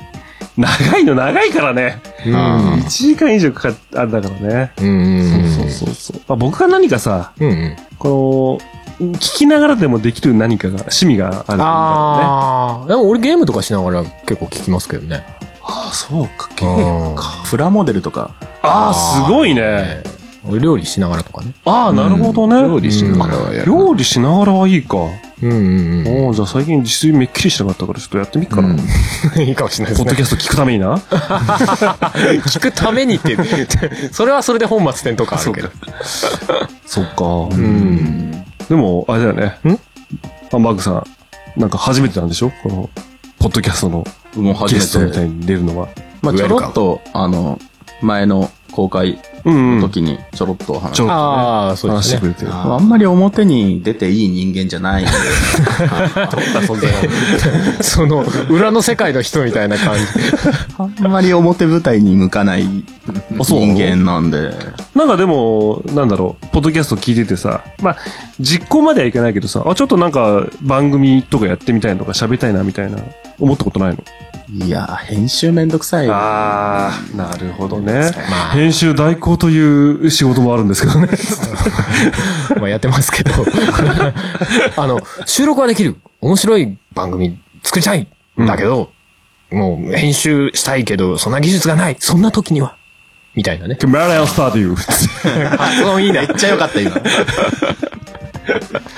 Speaker 5: 長いの長いからね。
Speaker 1: うん。
Speaker 5: 1時間以上かかっあれだからね。
Speaker 1: うん。
Speaker 5: そうそうそう。まあ、僕が何かさ、
Speaker 1: うんうん。
Speaker 5: この、聞きながらでもできる何かが、趣味があるんだろ
Speaker 1: ああ。でも俺ゲームとかしながら結構聞きますけどね。
Speaker 5: うね。あ、そうか。
Speaker 1: うん。
Speaker 4: プラモデルとか。
Speaker 5: ああ、すごいね。
Speaker 1: ええ俺料理しながらとかね。
Speaker 5: ああ、なるほどね。料理
Speaker 6: しながらはやるな
Speaker 5: 料理しながらはいいか。
Speaker 1: うんうん
Speaker 5: おおじゃあ最近自炊めっきりしなかったからちょっとやってみっかな。ポ
Speaker 1: うん。 [LAUGHS] いいかもしれないで
Speaker 5: ッ
Speaker 1: す
Speaker 5: ド
Speaker 1: ね。
Speaker 5: キャスト聞くためにな。
Speaker 1: 聞くためにって、 [LAUGHS] それはそれで本末転倒感あるけど。
Speaker 5: [LAUGHS] そっか。
Speaker 1: うん。
Speaker 5: でも、あれだよね。ハンバーグさん、なんか初めてなんでしょこの、ポッドキャストの
Speaker 4: もう
Speaker 5: ゲス
Speaker 4: 初
Speaker 5: トみ
Speaker 4: め
Speaker 5: た
Speaker 4: て。
Speaker 5: いに出るのは。
Speaker 4: まあちょろっと、あの、前の公開
Speaker 5: うん、
Speaker 4: の
Speaker 5: うん。
Speaker 4: 時にちょろっとお話し
Speaker 5: ちょろっとね、
Speaker 1: ああ、そうで
Speaker 5: 話し
Speaker 1: す
Speaker 5: て
Speaker 1: ね
Speaker 5: く。れてる。
Speaker 4: あんまり表に出ていい人間じゃないんで。
Speaker 1: [LAUGHS] その、裏の世界の人みたいな感じ。
Speaker 4: あんまり表舞台に向かない人
Speaker 5: そう
Speaker 4: 間なんで。
Speaker 5: なんかでも、なんだろう、ポッドキャスト聞いててさ、まあ、実行まではいかないけどさ、あ、ちょっとなんか番組とかやってみたいのとか喋りたいなみたいな、思ったことないの
Speaker 4: いやー、編集めんどくさい。
Speaker 5: ああ、なるほどね。編集代行という仕事もあるんですけどね。 [LAUGHS]
Speaker 1: まあやってますけど。 [LAUGHS] あの、収録はできる。面白い番組作りたい。だけど、もう編集したいけど、そんな技術がない。そんな時には。 [LAUGHS] みたいなね。
Speaker 5: [LAUGHS] カメラをスタートユー。
Speaker 1: 発音いいな。
Speaker 4: めっちゃ良かった、今。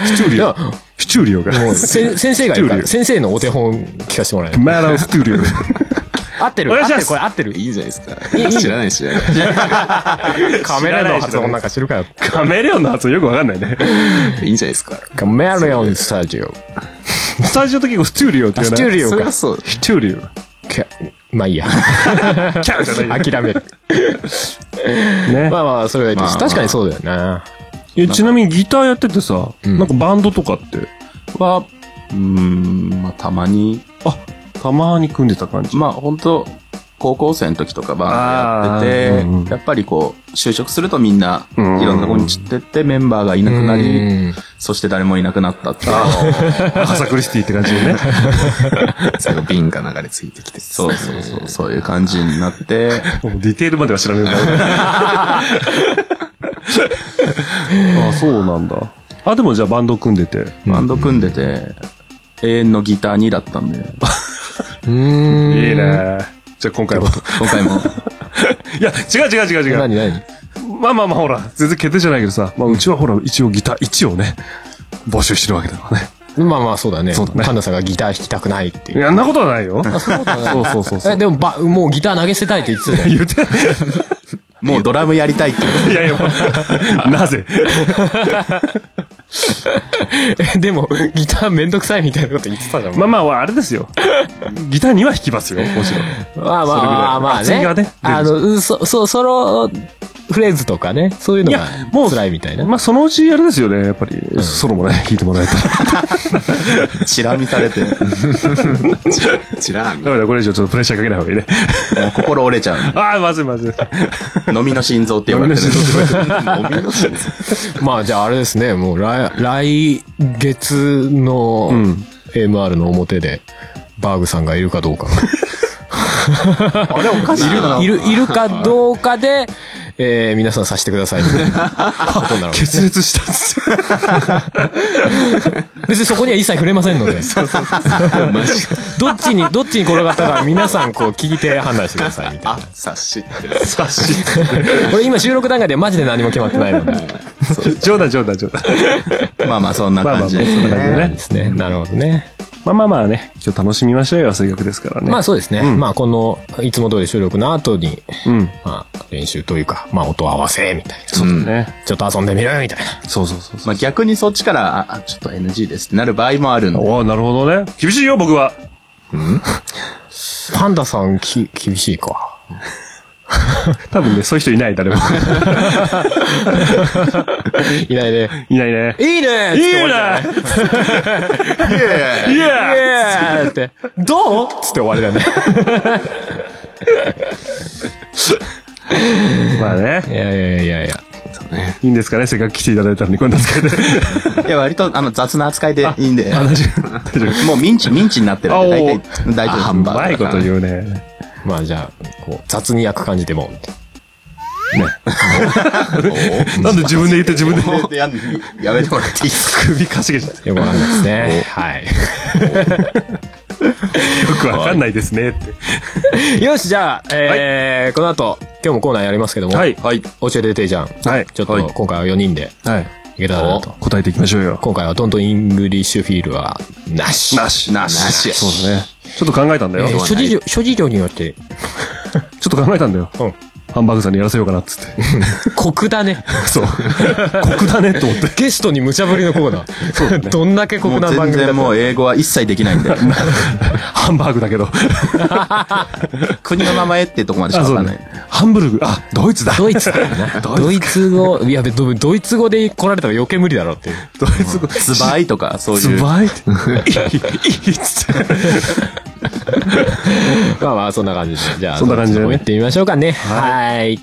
Speaker 5: シチューリオ。シチューリオが。
Speaker 1: せ先生がいるから、先生のお手本聞かせてもらえる。
Speaker 5: マラオスチューリオ。
Speaker 1: 合ってる
Speaker 5: お願
Speaker 1: 合っ
Speaker 5: いしてま
Speaker 1: る
Speaker 5: す
Speaker 1: これ合ってる
Speaker 6: いいじゃないですか。知らないし。
Speaker 1: カメラの発音なんか知るかよ。
Speaker 5: カメレオンの発音よくわかんないね。
Speaker 6: いいんじゃないですか。
Speaker 1: カメラオンスタジオ。
Speaker 5: スタジオと結構スチューリオって言
Speaker 1: ス
Speaker 5: わ
Speaker 1: チ
Speaker 5: な
Speaker 1: ュー
Speaker 5: い
Speaker 1: リオ
Speaker 6: そり
Speaker 1: か
Speaker 6: ゃ。そうだ。
Speaker 5: シチューリオ。
Speaker 1: キャまあいいや。
Speaker 5: キャーじゃない
Speaker 1: [LAUGHS]
Speaker 5: よ。
Speaker 1: 諦める。
Speaker 5: ね
Speaker 1: まあまあ、それはいいです。確かにそうだよな。
Speaker 5: いやちなみにギターやっててさ、
Speaker 1: うん
Speaker 5: なんかバンドとかって、
Speaker 4: は、うーん、まあ、たまに、
Speaker 5: たまに組んでた感じ。
Speaker 4: まあ、本当高校生の時とかバンドやってて、
Speaker 5: あーうんうん
Speaker 4: やっぱりこう、就職するとみんな、い
Speaker 5: うん
Speaker 4: ろんなとこに散ってって、メンバーがいなくなり、
Speaker 1: うん
Speaker 4: そして誰もいなくなったっていう。
Speaker 5: ハサクリシティって感じでね。
Speaker 6: 最後、瓶が流れ着いてきて。
Speaker 4: そうそうそう、そういう感じになって、
Speaker 5: もう [LAUGHS] ディテールまでは知らないんだ
Speaker 1: [LAUGHS]
Speaker 5: あ、そうなんだ。あ、でもじゃあバンド組んでて。
Speaker 4: バンド組んでて、永遠のギター2だったんで、
Speaker 1: うん。
Speaker 5: いいね。じゃあ今回も。
Speaker 4: 今回も、
Speaker 5: いや、違う違う違う違う。
Speaker 1: 何何
Speaker 5: まあまあまあほら、全然決定じゃないけどさ、まあうちはほら、一応ギター1をね、募集してるわけだからね。
Speaker 1: まあまあ、そうだね。
Speaker 5: そうだね
Speaker 1: 神田さんがギター弾きたくないって
Speaker 5: い
Speaker 1: いう。
Speaker 5: やんなことはない [LAUGHS] よ。
Speaker 1: そうそうそうそう。え、でも、ば、もうギター投げ捨てたいって言ってたよ。
Speaker 5: 言って
Speaker 6: もうドラムやりたいっていう。
Speaker 5: いやいや、もう [LAUGHS] なぜ
Speaker 1: え [LAUGHS] でも、ギターめんどくさいみたいなこと言ってたじゃん。
Speaker 5: まあまあ、あれですよ。ギターには弾きますよ、もちろん。
Speaker 1: まあまあまあまあ
Speaker 5: それぐらい
Speaker 1: ね。あ
Speaker 5: 厚み
Speaker 1: の、うんそ、そう、ソロフレーズとかね、そういうのが
Speaker 5: いやもう
Speaker 1: 辛いみたいな。
Speaker 5: まあそのうちあれですよね、やっぱり、ソロもね、弾いてもらえたら。
Speaker 4: チラ見されて、も
Speaker 6: 知らん。
Speaker 5: だからこれ以上ちょっとプレッシャーかけない方がいい [LAUGHS] ね。
Speaker 4: う心折れちゃう。
Speaker 5: ああ、まずいまずい。
Speaker 4: 飲みの心臓って呼ばれてる。飲みの心臓。
Speaker 1: まあじゃああれですね、もう来、来月の MR の表で、バーグさんがいるかどうか。
Speaker 4: あれおかしいな。
Speaker 1: いる、いるかどうかで、えー、皆さんさしてくださいみたいなことになる。
Speaker 5: [LAUGHS] 決裂したんですよ。
Speaker 1: [LAUGHS] 別にそこには一切触れませんので。どっちに、どっちに転がったか皆さんこう聞いて判断してくださいみたいな。
Speaker 6: 察し。
Speaker 1: これ今収録段階でマジで何も決まってないので。
Speaker 5: 冗談冗談冗談。
Speaker 4: まあまあ、そんな
Speaker 5: まあまあま
Speaker 4: 感
Speaker 5: あ、
Speaker 4: じ
Speaker 5: そ
Speaker 4: です
Speaker 5: んな感じで
Speaker 1: なん
Speaker 5: ね
Speaker 1: で。すね。なるほどね。
Speaker 5: まあまあまあね、今日楽しみましょうよ、数学ですからね。
Speaker 1: まあそうですね。
Speaker 5: ん
Speaker 1: まあこの、いつも通り収録の後に、
Speaker 5: うん。
Speaker 1: まあ練習というか、まあ音合わせみたいな。
Speaker 5: そうだね。
Speaker 1: ちょっと遊んでみるみたいな。
Speaker 5: そうそうそうそう。
Speaker 4: まあ逆にそっちから、ああ、ちょっと NG ですってなる場合もあるの。
Speaker 5: おおなるほどね。厳しいよ、僕は。
Speaker 1: パンダさんき、厳しいか。
Speaker 5: 多分ね、そういう人いない、誰も。
Speaker 1: いないね。
Speaker 5: [LAUGHS] [LAUGHS] いないね。
Speaker 1: いいね
Speaker 5: いいな
Speaker 1: イエーイって。どうつって終わりだね。
Speaker 5: まあね
Speaker 1: い。やいやいやいや。
Speaker 5: いいんですかね、せっかく来ていただいたのに、こんな使いで。
Speaker 4: いや、割と、あの、雑な扱いでいいんで。
Speaker 5: 大丈夫。大
Speaker 4: [LAUGHS]
Speaker 5: 丈
Speaker 4: もうミンチ、ミンチになってるんで、大体、大丈夫。
Speaker 5: 夫。
Speaker 4: ハ
Speaker 5: う
Speaker 4: ンバーガ
Speaker 5: ま
Speaker 4: ー
Speaker 5: いこと言うね。
Speaker 1: まあじゃあ、こう、雑に焼く感じでも。
Speaker 5: なんで自分で言って自分で言って
Speaker 4: でやんやめてもらっていいですか
Speaker 5: 首かしげちゃって。
Speaker 1: よくわかんないです [LAUGHS] ね。はい。
Speaker 5: よくわかんないですね、って。
Speaker 1: よし、じゃあ、えー、この後、今日もコーナーやりますけども、
Speaker 5: はい
Speaker 1: 教えててじゃん。
Speaker 5: はい。
Speaker 1: ちょっと、今回は4人で、
Speaker 5: はい。
Speaker 1: いけたらなと。
Speaker 5: 答えていきましょうよ。
Speaker 1: 今回はドントイングリッシュフィールは、なし。
Speaker 5: なし。
Speaker 4: なし。
Speaker 5: そうですね。ちょっと考えたんだ
Speaker 1: え
Speaker 5: よ。
Speaker 1: ー諸事情、諸事情によって、
Speaker 5: ちょっと考えたんだよ。
Speaker 1: うん
Speaker 5: ハンバーグさんにやらせようかなっつって。
Speaker 1: 酷だ [LAUGHS] ね。
Speaker 5: [LAUGHS] そう。酷だねと思って。
Speaker 1: ゲストに無茶ぶりのコーナー。どんだけ
Speaker 4: も
Speaker 1: 酷
Speaker 4: う
Speaker 1: な番
Speaker 4: 全
Speaker 1: 組だった
Speaker 4: 然
Speaker 1: の
Speaker 4: もう英語は一切できないんで。
Speaker 5: ハンバーグだけど。
Speaker 4: 国の名前ってとこまでしかわ
Speaker 5: あ、そ
Speaker 4: か
Speaker 5: うんだ
Speaker 4: ない。
Speaker 5: ね。ハンブルグ。あ、ドイツだ。
Speaker 1: ドイツだよな。ドイツ語、いや、ドドイツ語で来られたら余計無理だろうっていう。
Speaker 5: ドイツ語。
Speaker 4: ツバイとか、そう
Speaker 5: つ
Speaker 4: いう。
Speaker 5: ばいって。いいっつって。
Speaker 1: まあまあ、そんな感じで。じゃあ、
Speaker 5: そんな感じでね
Speaker 1: そこ行ってみましょうかね。はい。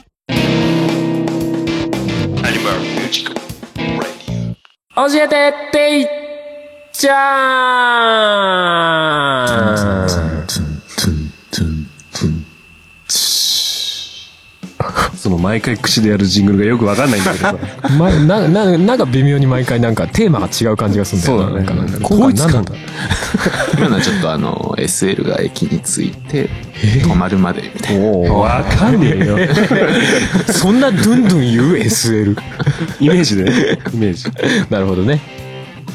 Speaker 1: 教えてっていっちゃーん
Speaker 5: その毎回口でやるジングルがよくわかんないんだけどさ。
Speaker 1: ま、な、な、なんか微妙に毎回なんかテーマが違う感じがするんだよななんかなんか
Speaker 5: こいつ
Speaker 1: な
Speaker 5: か
Speaker 1: ん
Speaker 5: ん
Speaker 1: だ
Speaker 5: だ。
Speaker 6: 今のはちょっとあの、SL が駅に着いて、止まるまでみたいな。
Speaker 5: わかんね [LAUGHS] えよ。
Speaker 1: そんなドゥンドゥン言う SL。
Speaker 5: イメージでね。イメージ。
Speaker 1: なるほどね。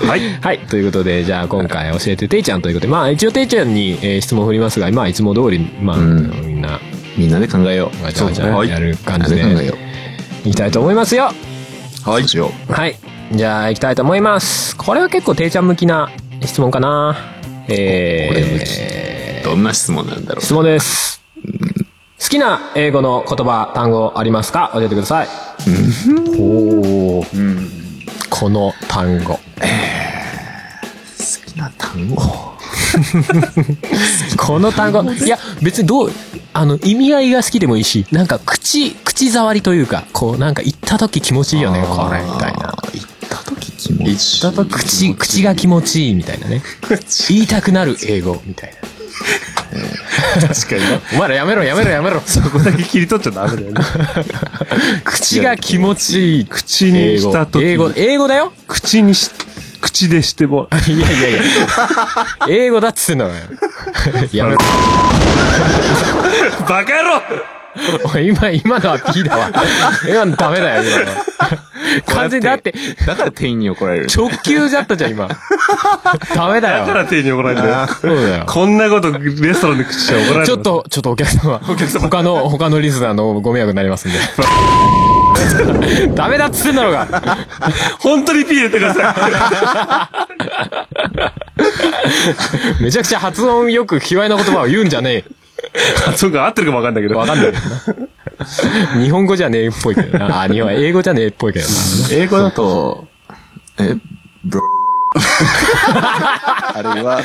Speaker 5: はい。
Speaker 1: はい。ということで、じゃあ今回教えてていちゃんということで、まあ一応ていちゃんに、えー質問を振りますが、まあいつも通り、まあ、
Speaker 6: うん
Speaker 1: みんな、
Speaker 6: みんなで考えよう。
Speaker 1: ガチャガチ
Speaker 5: そう
Speaker 1: ャ
Speaker 5: ね
Speaker 1: やる感
Speaker 6: みんな
Speaker 1: じ
Speaker 6: で
Speaker 1: で、
Speaker 6: 考えよ
Speaker 1: いきたいと思いますよ
Speaker 6: う。はい。しよ
Speaker 1: はい。じゃあ、行きたいと思います。これは結構、ていちゃん向きな質問かな。え
Speaker 6: これ向
Speaker 1: ー、
Speaker 6: う。どんな質問なんだろ
Speaker 1: 質問です。好きな英語の言葉、単語ありますか教えてください。おーこの単語。
Speaker 6: う。好きな単語。
Speaker 1: [LAUGHS] この単語。いや、別にどう、あの、意味合いが好きでもいいし、なんか口、口触りというか、こう、なんか言った時気持ちいいよね、これ、みたいな。
Speaker 6: 行った時気持ちい
Speaker 1: 口、
Speaker 6: い。
Speaker 1: 口が気持ちいいみたいな
Speaker 6: [LAUGHS]
Speaker 1: ね。言いたくなる英語みたいな。確かに。お前らやめろやめろやめろ。
Speaker 5: そこだけ切り取っちゃダメだよね。
Speaker 1: 口が気持ちいい。
Speaker 5: [LAUGHS] 口に
Speaker 1: 英
Speaker 5: し
Speaker 1: 語
Speaker 5: たと。き
Speaker 1: 英語、英語だよ。
Speaker 5: 口にし、口でしても、
Speaker 1: いやいやいや。英語だっつってんだ [LAUGHS] からよ。やめろ。
Speaker 5: バカ野郎
Speaker 1: おい今、今のは P だわ。今のダメだよ、今のは。完全にだって、
Speaker 6: だから店員に怒られる。
Speaker 1: 直球だったじゃん、今。ダメだ
Speaker 5: だか
Speaker 1: よ。
Speaker 5: ら手に怒られるんだよ。
Speaker 1: そうだよ。
Speaker 5: こんなことレストランで口しちゃ怒られる。
Speaker 1: ちょっ。と、ちょっとお客様、他の、他のリスナーのご迷惑になりますんで。ダメだっつってんだろうが。
Speaker 5: 本当にピー入れてくだ [LAUGHS] さい。
Speaker 1: めちゃくちゃ発音よく卑猥な言葉を言うんじゃね
Speaker 5: そうか、合ってるかもわかんないけ
Speaker 1: え。
Speaker 5: ど。
Speaker 1: わかんないけどな。日本語じゃねえっぽいけどな。あ、日本、英語じゃねえっぽいけどな。
Speaker 6: 英語だと、え、ブロあれは、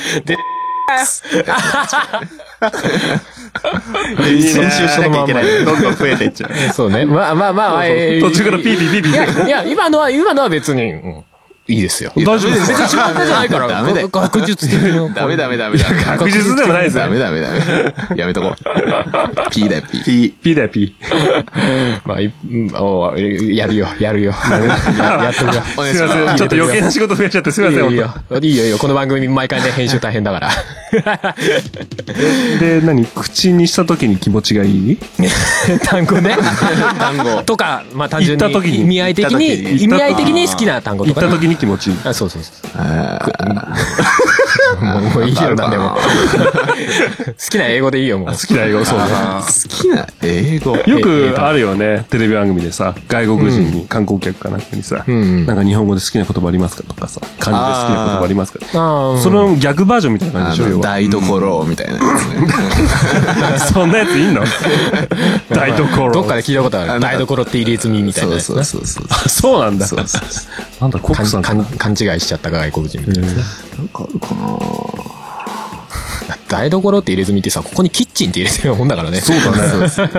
Speaker 5: いいね
Speaker 6: なきゃいけない。どんどん増えていっちゃう。
Speaker 1: そうね。まあまあまあ、えー
Speaker 5: 途中からピーピーピーピー
Speaker 1: いや、いや、今のは、今のは別に、うんいいですよ。
Speaker 5: 大丈夫です
Speaker 1: 別に仕事じゃないから、
Speaker 6: ダメだよ
Speaker 1: 学学術的な。
Speaker 6: ダメダメダメダメ。
Speaker 5: 確実でもないです
Speaker 6: [LAUGHS] ダ
Speaker 5: ね。
Speaker 6: メダメダメ。やめとこう。P だよ、P。
Speaker 5: ピーだよ、ピー。
Speaker 1: まあ、いうんおうえやるよ、やるよ。ややっとくよ。
Speaker 6: お願い
Speaker 5: す
Speaker 6: し
Speaker 5: いませ
Speaker 6: ま
Speaker 5: ん。
Speaker 6: す
Speaker 5: ちょっと余計な仕事増やしちゃってすいま
Speaker 1: いい
Speaker 5: せん、
Speaker 1: よ、いい
Speaker 5: 本
Speaker 1: よ。いいよ、いいよ。この番組毎回ね、編集大変だから。
Speaker 5: 当で、何口にした時に気持ちがいい
Speaker 1: 単語ね。単語。とか、まあ単純
Speaker 5: 言った時に
Speaker 1: に、意味合い的
Speaker 6: 言った時
Speaker 1: に、
Speaker 5: に
Speaker 1: 意味合い的に好きな単語
Speaker 5: 行
Speaker 1: と
Speaker 5: っ
Speaker 1: かね
Speaker 5: た。時に気持ちいい。
Speaker 1: あ、そうそうそう。
Speaker 6: あ
Speaker 1: もうもういいよ、
Speaker 6: わか
Speaker 1: なん
Speaker 6: る
Speaker 1: で
Speaker 6: わ
Speaker 1: も。好きな英語でいいよ、もう。
Speaker 5: 好きだよ、そうね。
Speaker 6: ー好きな英語。
Speaker 5: よくあるよね、テレビ番組でさ、外国人に、観光客かなんかにさ、
Speaker 1: ん
Speaker 5: なんか日本語で好きな言葉ありますかとかさ、漢字で好きな言葉ありますか
Speaker 1: あー
Speaker 5: その逆バージョンみたいな感
Speaker 6: あ
Speaker 5: じでしょ、
Speaker 6: の、
Speaker 5: 要は。
Speaker 6: 台所みたいなやつね。
Speaker 5: そんなやつい
Speaker 1: [LAUGHS]
Speaker 5: んの [LAUGHS] 台所。
Speaker 1: どっかで聞いたことあ
Speaker 6: あ
Speaker 1: る。
Speaker 6: の
Speaker 1: 台所って入れ墨みたいな
Speaker 6: そ
Speaker 1: や
Speaker 6: う
Speaker 1: つ
Speaker 6: そう
Speaker 1: ね。
Speaker 6: そうそう。
Speaker 5: そうなんだ。
Speaker 6: そうそうそう
Speaker 5: なんだ、コッ
Speaker 1: か
Speaker 5: クさ
Speaker 1: ん
Speaker 5: ん
Speaker 1: か
Speaker 5: か
Speaker 1: ん勘違いしちゃった外国人みたいな。
Speaker 6: なんかあるかな
Speaker 1: 台所って入れ墨ってさ、ここにキッチンって入れてるもんだからね。そうだね。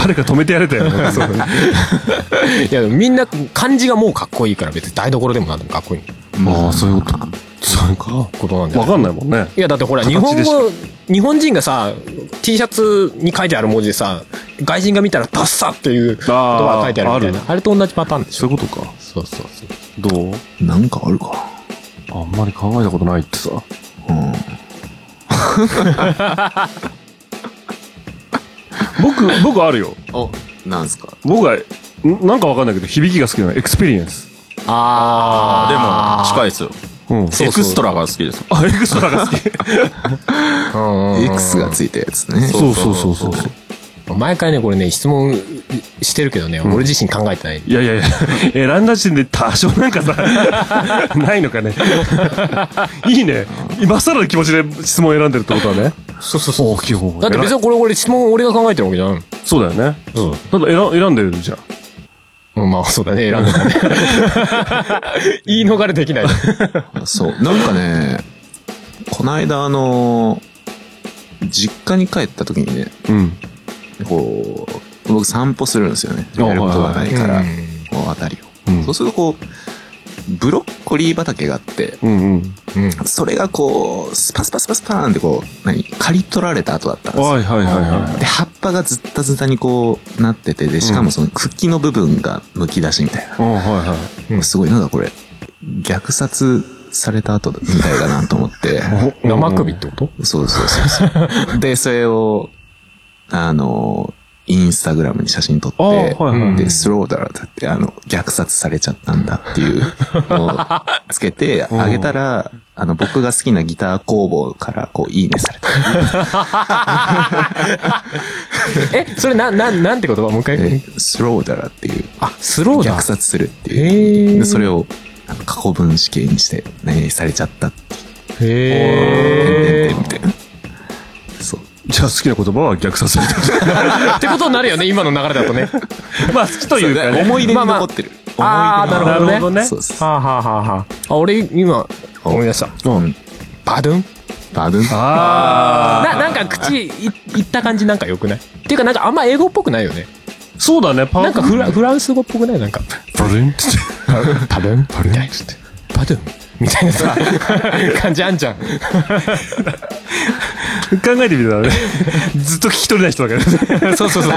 Speaker 5: 誰か止めてやれた
Speaker 1: [LAUGHS]
Speaker 5: よ。
Speaker 1: いや、でもみんな漢字がもうかっこいいから別に台所でもなんでもかっこいい
Speaker 5: まあ、そういうこと。そうか。わ
Speaker 1: ことなんじゃない
Speaker 5: かんないもんね。
Speaker 1: いや、だってほら、日
Speaker 5: 形
Speaker 1: 本
Speaker 5: でし
Speaker 1: 語、日本人がさ、T シャツに書いてある文字でさ、外人が見たらダッサっていう言葉が書いてあるみたいな。あれと同じパターンでし
Speaker 5: そ
Speaker 1: ょ。
Speaker 5: ういうことか。
Speaker 1: そうそうそう。
Speaker 5: どう
Speaker 6: なんかあるか
Speaker 5: あんまり考えたことないってさ。 [LAUGHS] 僕、僕あるよ。
Speaker 6: お、なんすか
Speaker 5: 僕は、んなんかわかんないけど、響きが好きなの。エクスペリエンス。
Speaker 1: あ
Speaker 8: あでも、近いですよ。
Speaker 5: うん。
Speaker 8: エクストラが好きです。
Speaker 5: あ、エクストラが好き。
Speaker 1: でも
Speaker 6: ?X がついたやつね。
Speaker 5: [LAUGHS] そうそうそうそう。
Speaker 1: 毎回ね、これね、質問してるけどね、俺自身考えてない。
Speaker 5: いやいやいや、選んだ時点で多少なんかさ、 [LAUGHS] ないのか [LAUGHS] ね。いいね。今更の気持ちで質問選んでるってことはね。
Speaker 1: そうそうそう。
Speaker 5: 基本
Speaker 1: だって別
Speaker 5: 偉い
Speaker 1: にこれ、俺質問俺が考えてるわけじゃん。
Speaker 5: そうだよね。
Speaker 1: そう。
Speaker 5: だって選選んでるじゃん。
Speaker 1: うん、まあ、そうだね、選んでたね。 [LAUGHS] 言い逃れできない。
Speaker 6: そう。なんかね、こないだあの、実家に帰った時にね、
Speaker 5: うん。
Speaker 6: こう、僕散歩するんですよね。
Speaker 5: あ
Speaker 6: やることがないか
Speaker 1: は
Speaker 6: ら
Speaker 1: いはい、
Speaker 6: こう辺りを。
Speaker 5: うん
Speaker 6: そうするとこう、ブロッコリー畑があって、
Speaker 5: うんうん。
Speaker 1: うん。
Speaker 6: それがこう、スパスパスパスパーンってこう、何刈り取られた後だったんですよ。
Speaker 5: はいはいはいは
Speaker 6: で、葉っぱがずったずたにこう、なってて、で、しかもその茎の部分が剥き出しみたいな。
Speaker 5: い。うん、はいは
Speaker 1: うん
Speaker 6: すごい、なんかこれ、虐殺された後みたいだなと思って。
Speaker 5: い。
Speaker 1: 生首ってこと [LAUGHS]
Speaker 6: そうそうそうそう。で、それを、あの、インスタグラムに写真撮っ
Speaker 5: ああはい
Speaker 6: て、
Speaker 5: はい
Speaker 6: で、スローダーだって、あの、虐殺されちゃったんだっていうの
Speaker 1: [LAUGHS]
Speaker 6: をつけて、あげたら、あの、僕が好きなギター工房から、こう、いいねされた。
Speaker 1: え、それな、な、なんて言葉もう一
Speaker 6: で
Speaker 1: 回。
Speaker 6: スローダラっていう、
Speaker 1: あ、スローだ
Speaker 6: 虐。殺するって
Speaker 1: へ
Speaker 6: い
Speaker 1: ー
Speaker 6: う。でそれを、あの過去分子形にして、ね、されちゃったって
Speaker 1: へー。
Speaker 6: みたいな。そう。
Speaker 5: じゃあ好きな言葉は虐殺みたい
Speaker 1: ってことになるよね、今の流れだとね。
Speaker 5: な。 [LAUGHS] まあ好きというかね。
Speaker 6: 思い出に
Speaker 1: まあまあ
Speaker 6: 残ってる。
Speaker 1: あー、なるほどね。
Speaker 5: なるほどね
Speaker 6: そうです。
Speaker 1: はあ、はあはあは [LAUGHS] あ、あ俺今思い出した
Speaker 6: うん。
Speaker 1: バドゥン
Speaker 6: バドゥン。
Speaker 5: あ
Speaker 1: ななんか口いいった感じなんかよくないっていうかなんかあんま英語っぽくないよね
Speaker 5: あ。そうだね、パ
Speaker 1: なんかフラフランス語っぽくないなんか
Speaker 5: ブル [LAUGHS] ンって。
Speaker 1: バドゥンバドゥンバドゥンみたいな [LAUGHS] さ感じあんじゃん
Speaker 5: 考えてみたらね。 [LAUGHS] ずっと聞き取れない人だからね。
Speaker 1: そうそうそう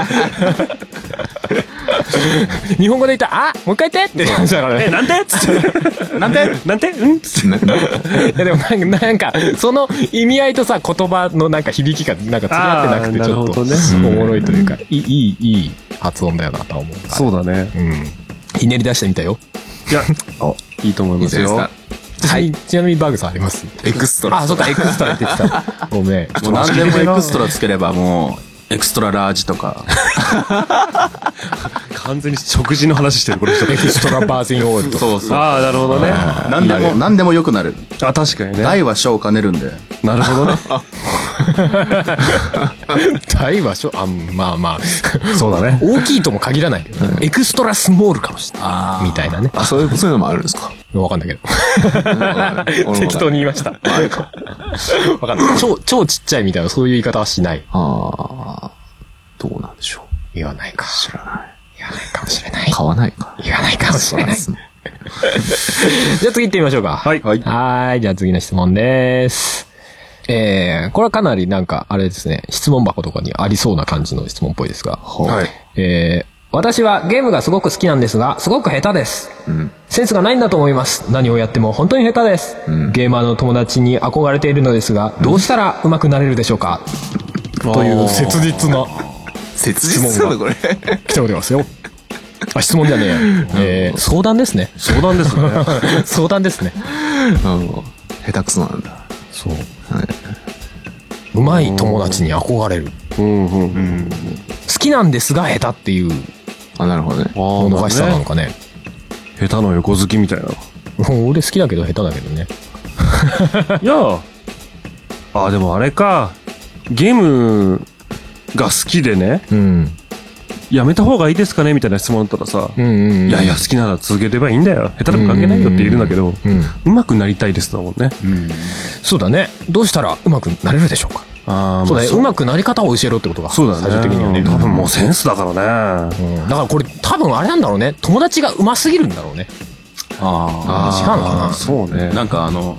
Speaker 1: 日本語で言ったら「あもう一回言って!」って感じだからね
Speaker 5: [LAUGHS] え、なんでつって。なんでなんでうんつって。
Speaker 1: いやでもなんかなんかその意味合いとさ言葉のなんか響きがなんかつながってなくて
Speaker 5: あー
Speaker 1: ちょっ
Speaker 5: なるほど
Speaker 1: と、
Speaker 5: ね
Speaker 1: おもろいというかいいいいいい発音だよなとは思う
Speaker 5: そうだね。
Speaker 1: うんひねり出してみたよ
Speaker 5: いや、いいと思い
Speaker 6: いい
Speaker 5: ま
Speaker 6: じ
Speaker 5: す
Speaker 6: ゃないです
Speaker 5: よ
Speaker 6: か。。
Speaker 1: はい。ちなみにバグさんあります
Speaker 6: エクストラ。
Speaker 1: あ、そっか、エクストラ出てきた。 [LAUGHS] ごめん。
Speaker 4: もう何でもエクストラつければもう、エクストララージとか、
Speaker 5: 完全に食事の話してる、この人。
Speaker 1: エクストラバージンオールと。
Speaker 4: そうそう。
Speaker 5: ああ、なるほどね。あ、
Speaker 4: [LAUGHS] 何でも、何でも良くなる。
Speaker 5: 確かにね。
Speaker 4: 大は小を兼ねるんで。
Speaker 5: なるほどね。
Speaker 1: 大はしょ、あ、まあまあ。
Speaker 5: そうだね。
Speaker 1: 大きいとも限らないけどね、エクストラスモールかもしれない。みたいなね。
Speaker 6: あ、そういう、そういうのもあるんですか
Speaker 1: わかんないけど。
Speaker 6: 適
Speaker 1: 適当に言いました。わかんない。超、超ちっちゃいみたいな、そういう言い方はしない。
Speaker 6: ああ、どうなんでしょ
Speaker 1: 言わないか。
Speaker 6: う。知らない。
Speaker 1: 言わないかもしれない。
Speaker 6: 買わないか。
Speaker 1: 言わないかもしれない。 [LAUGHS]
Speaker 6: そうですね
Speaker 1: じゃあ次行ってみましょうか。
Speaker 5: はい。はい。
Speaker 1: はーい。じゃあ次の質問です。えー、これはかなりなんか、あれですね、質問箱とかにありそうな感じの質問っぽいですが。
Speaker 6: はい。
Speaker 1: えー、私はゲームがすごく好きなんですが、すごく下手です。センスがないんだと思います。何をやっても本当に下手です。ゲーマーの友達に憧れているのですが、どうしたら上手くなれるでしょうか、という切実な
Speaker 6: 切実そうだ、これ。
Speaker 1: 来ておりますよ。あ、質問じゃねえ。えー、相談ですね。
Speaker 5: 相談ですね。 [LAUGHS]
Speaker 1: 相談ですね。
Speaker 6: うん下手くそなんだ。
Speaker 1: そう。上手い友達に憧れる。
Speaker 5: うんうん。
Speaker 1: 好きなんですが下手っていう
Speaker 6: あ、なるほどね。
Speaker 5: あ
Speaker 1: もどかしさなの
Speaker 5: ね。
Speaker 1: かね。
Speaker 5: 下手の横好きみたいな。
Speaker 1: もう俺好きだけど下手だけどね。
Speaker 5: いやああでもあれかゲームが好きでね
Speaker 1: うん。
Speaker 5: やめた方がいいですかねみたいな質問だったらさ、
Speaker 1: うんうん。
Speaker 5: いやいや好きなら続ければいいんだよ下手でも関係ないよって言えるんだけど、う
Speaker 1: うん。
Speaker 5: まくなりたいですだもんね、
Speaker 1: そうだね。どうしたら上手くなれるでしょうか。
Speaker 5: ああ
Speaker 1: そうだね。
Speaker 5: そう
Speaker 1: 上手くなり方を教えろってことが。
Speaker 5: そうだね
Speaker 1: 最終的にはね。
Speaker 5: 多分もうセンスだからね、
Speaker 1: うん。だからこれ多分あれなんだろうね。友達が上手すぎるんだろうね。
Speaker 4: あ
Speaker 1: 違うのかな。
Speaker 5: そうね
Speaker 4: あ。なんかあの、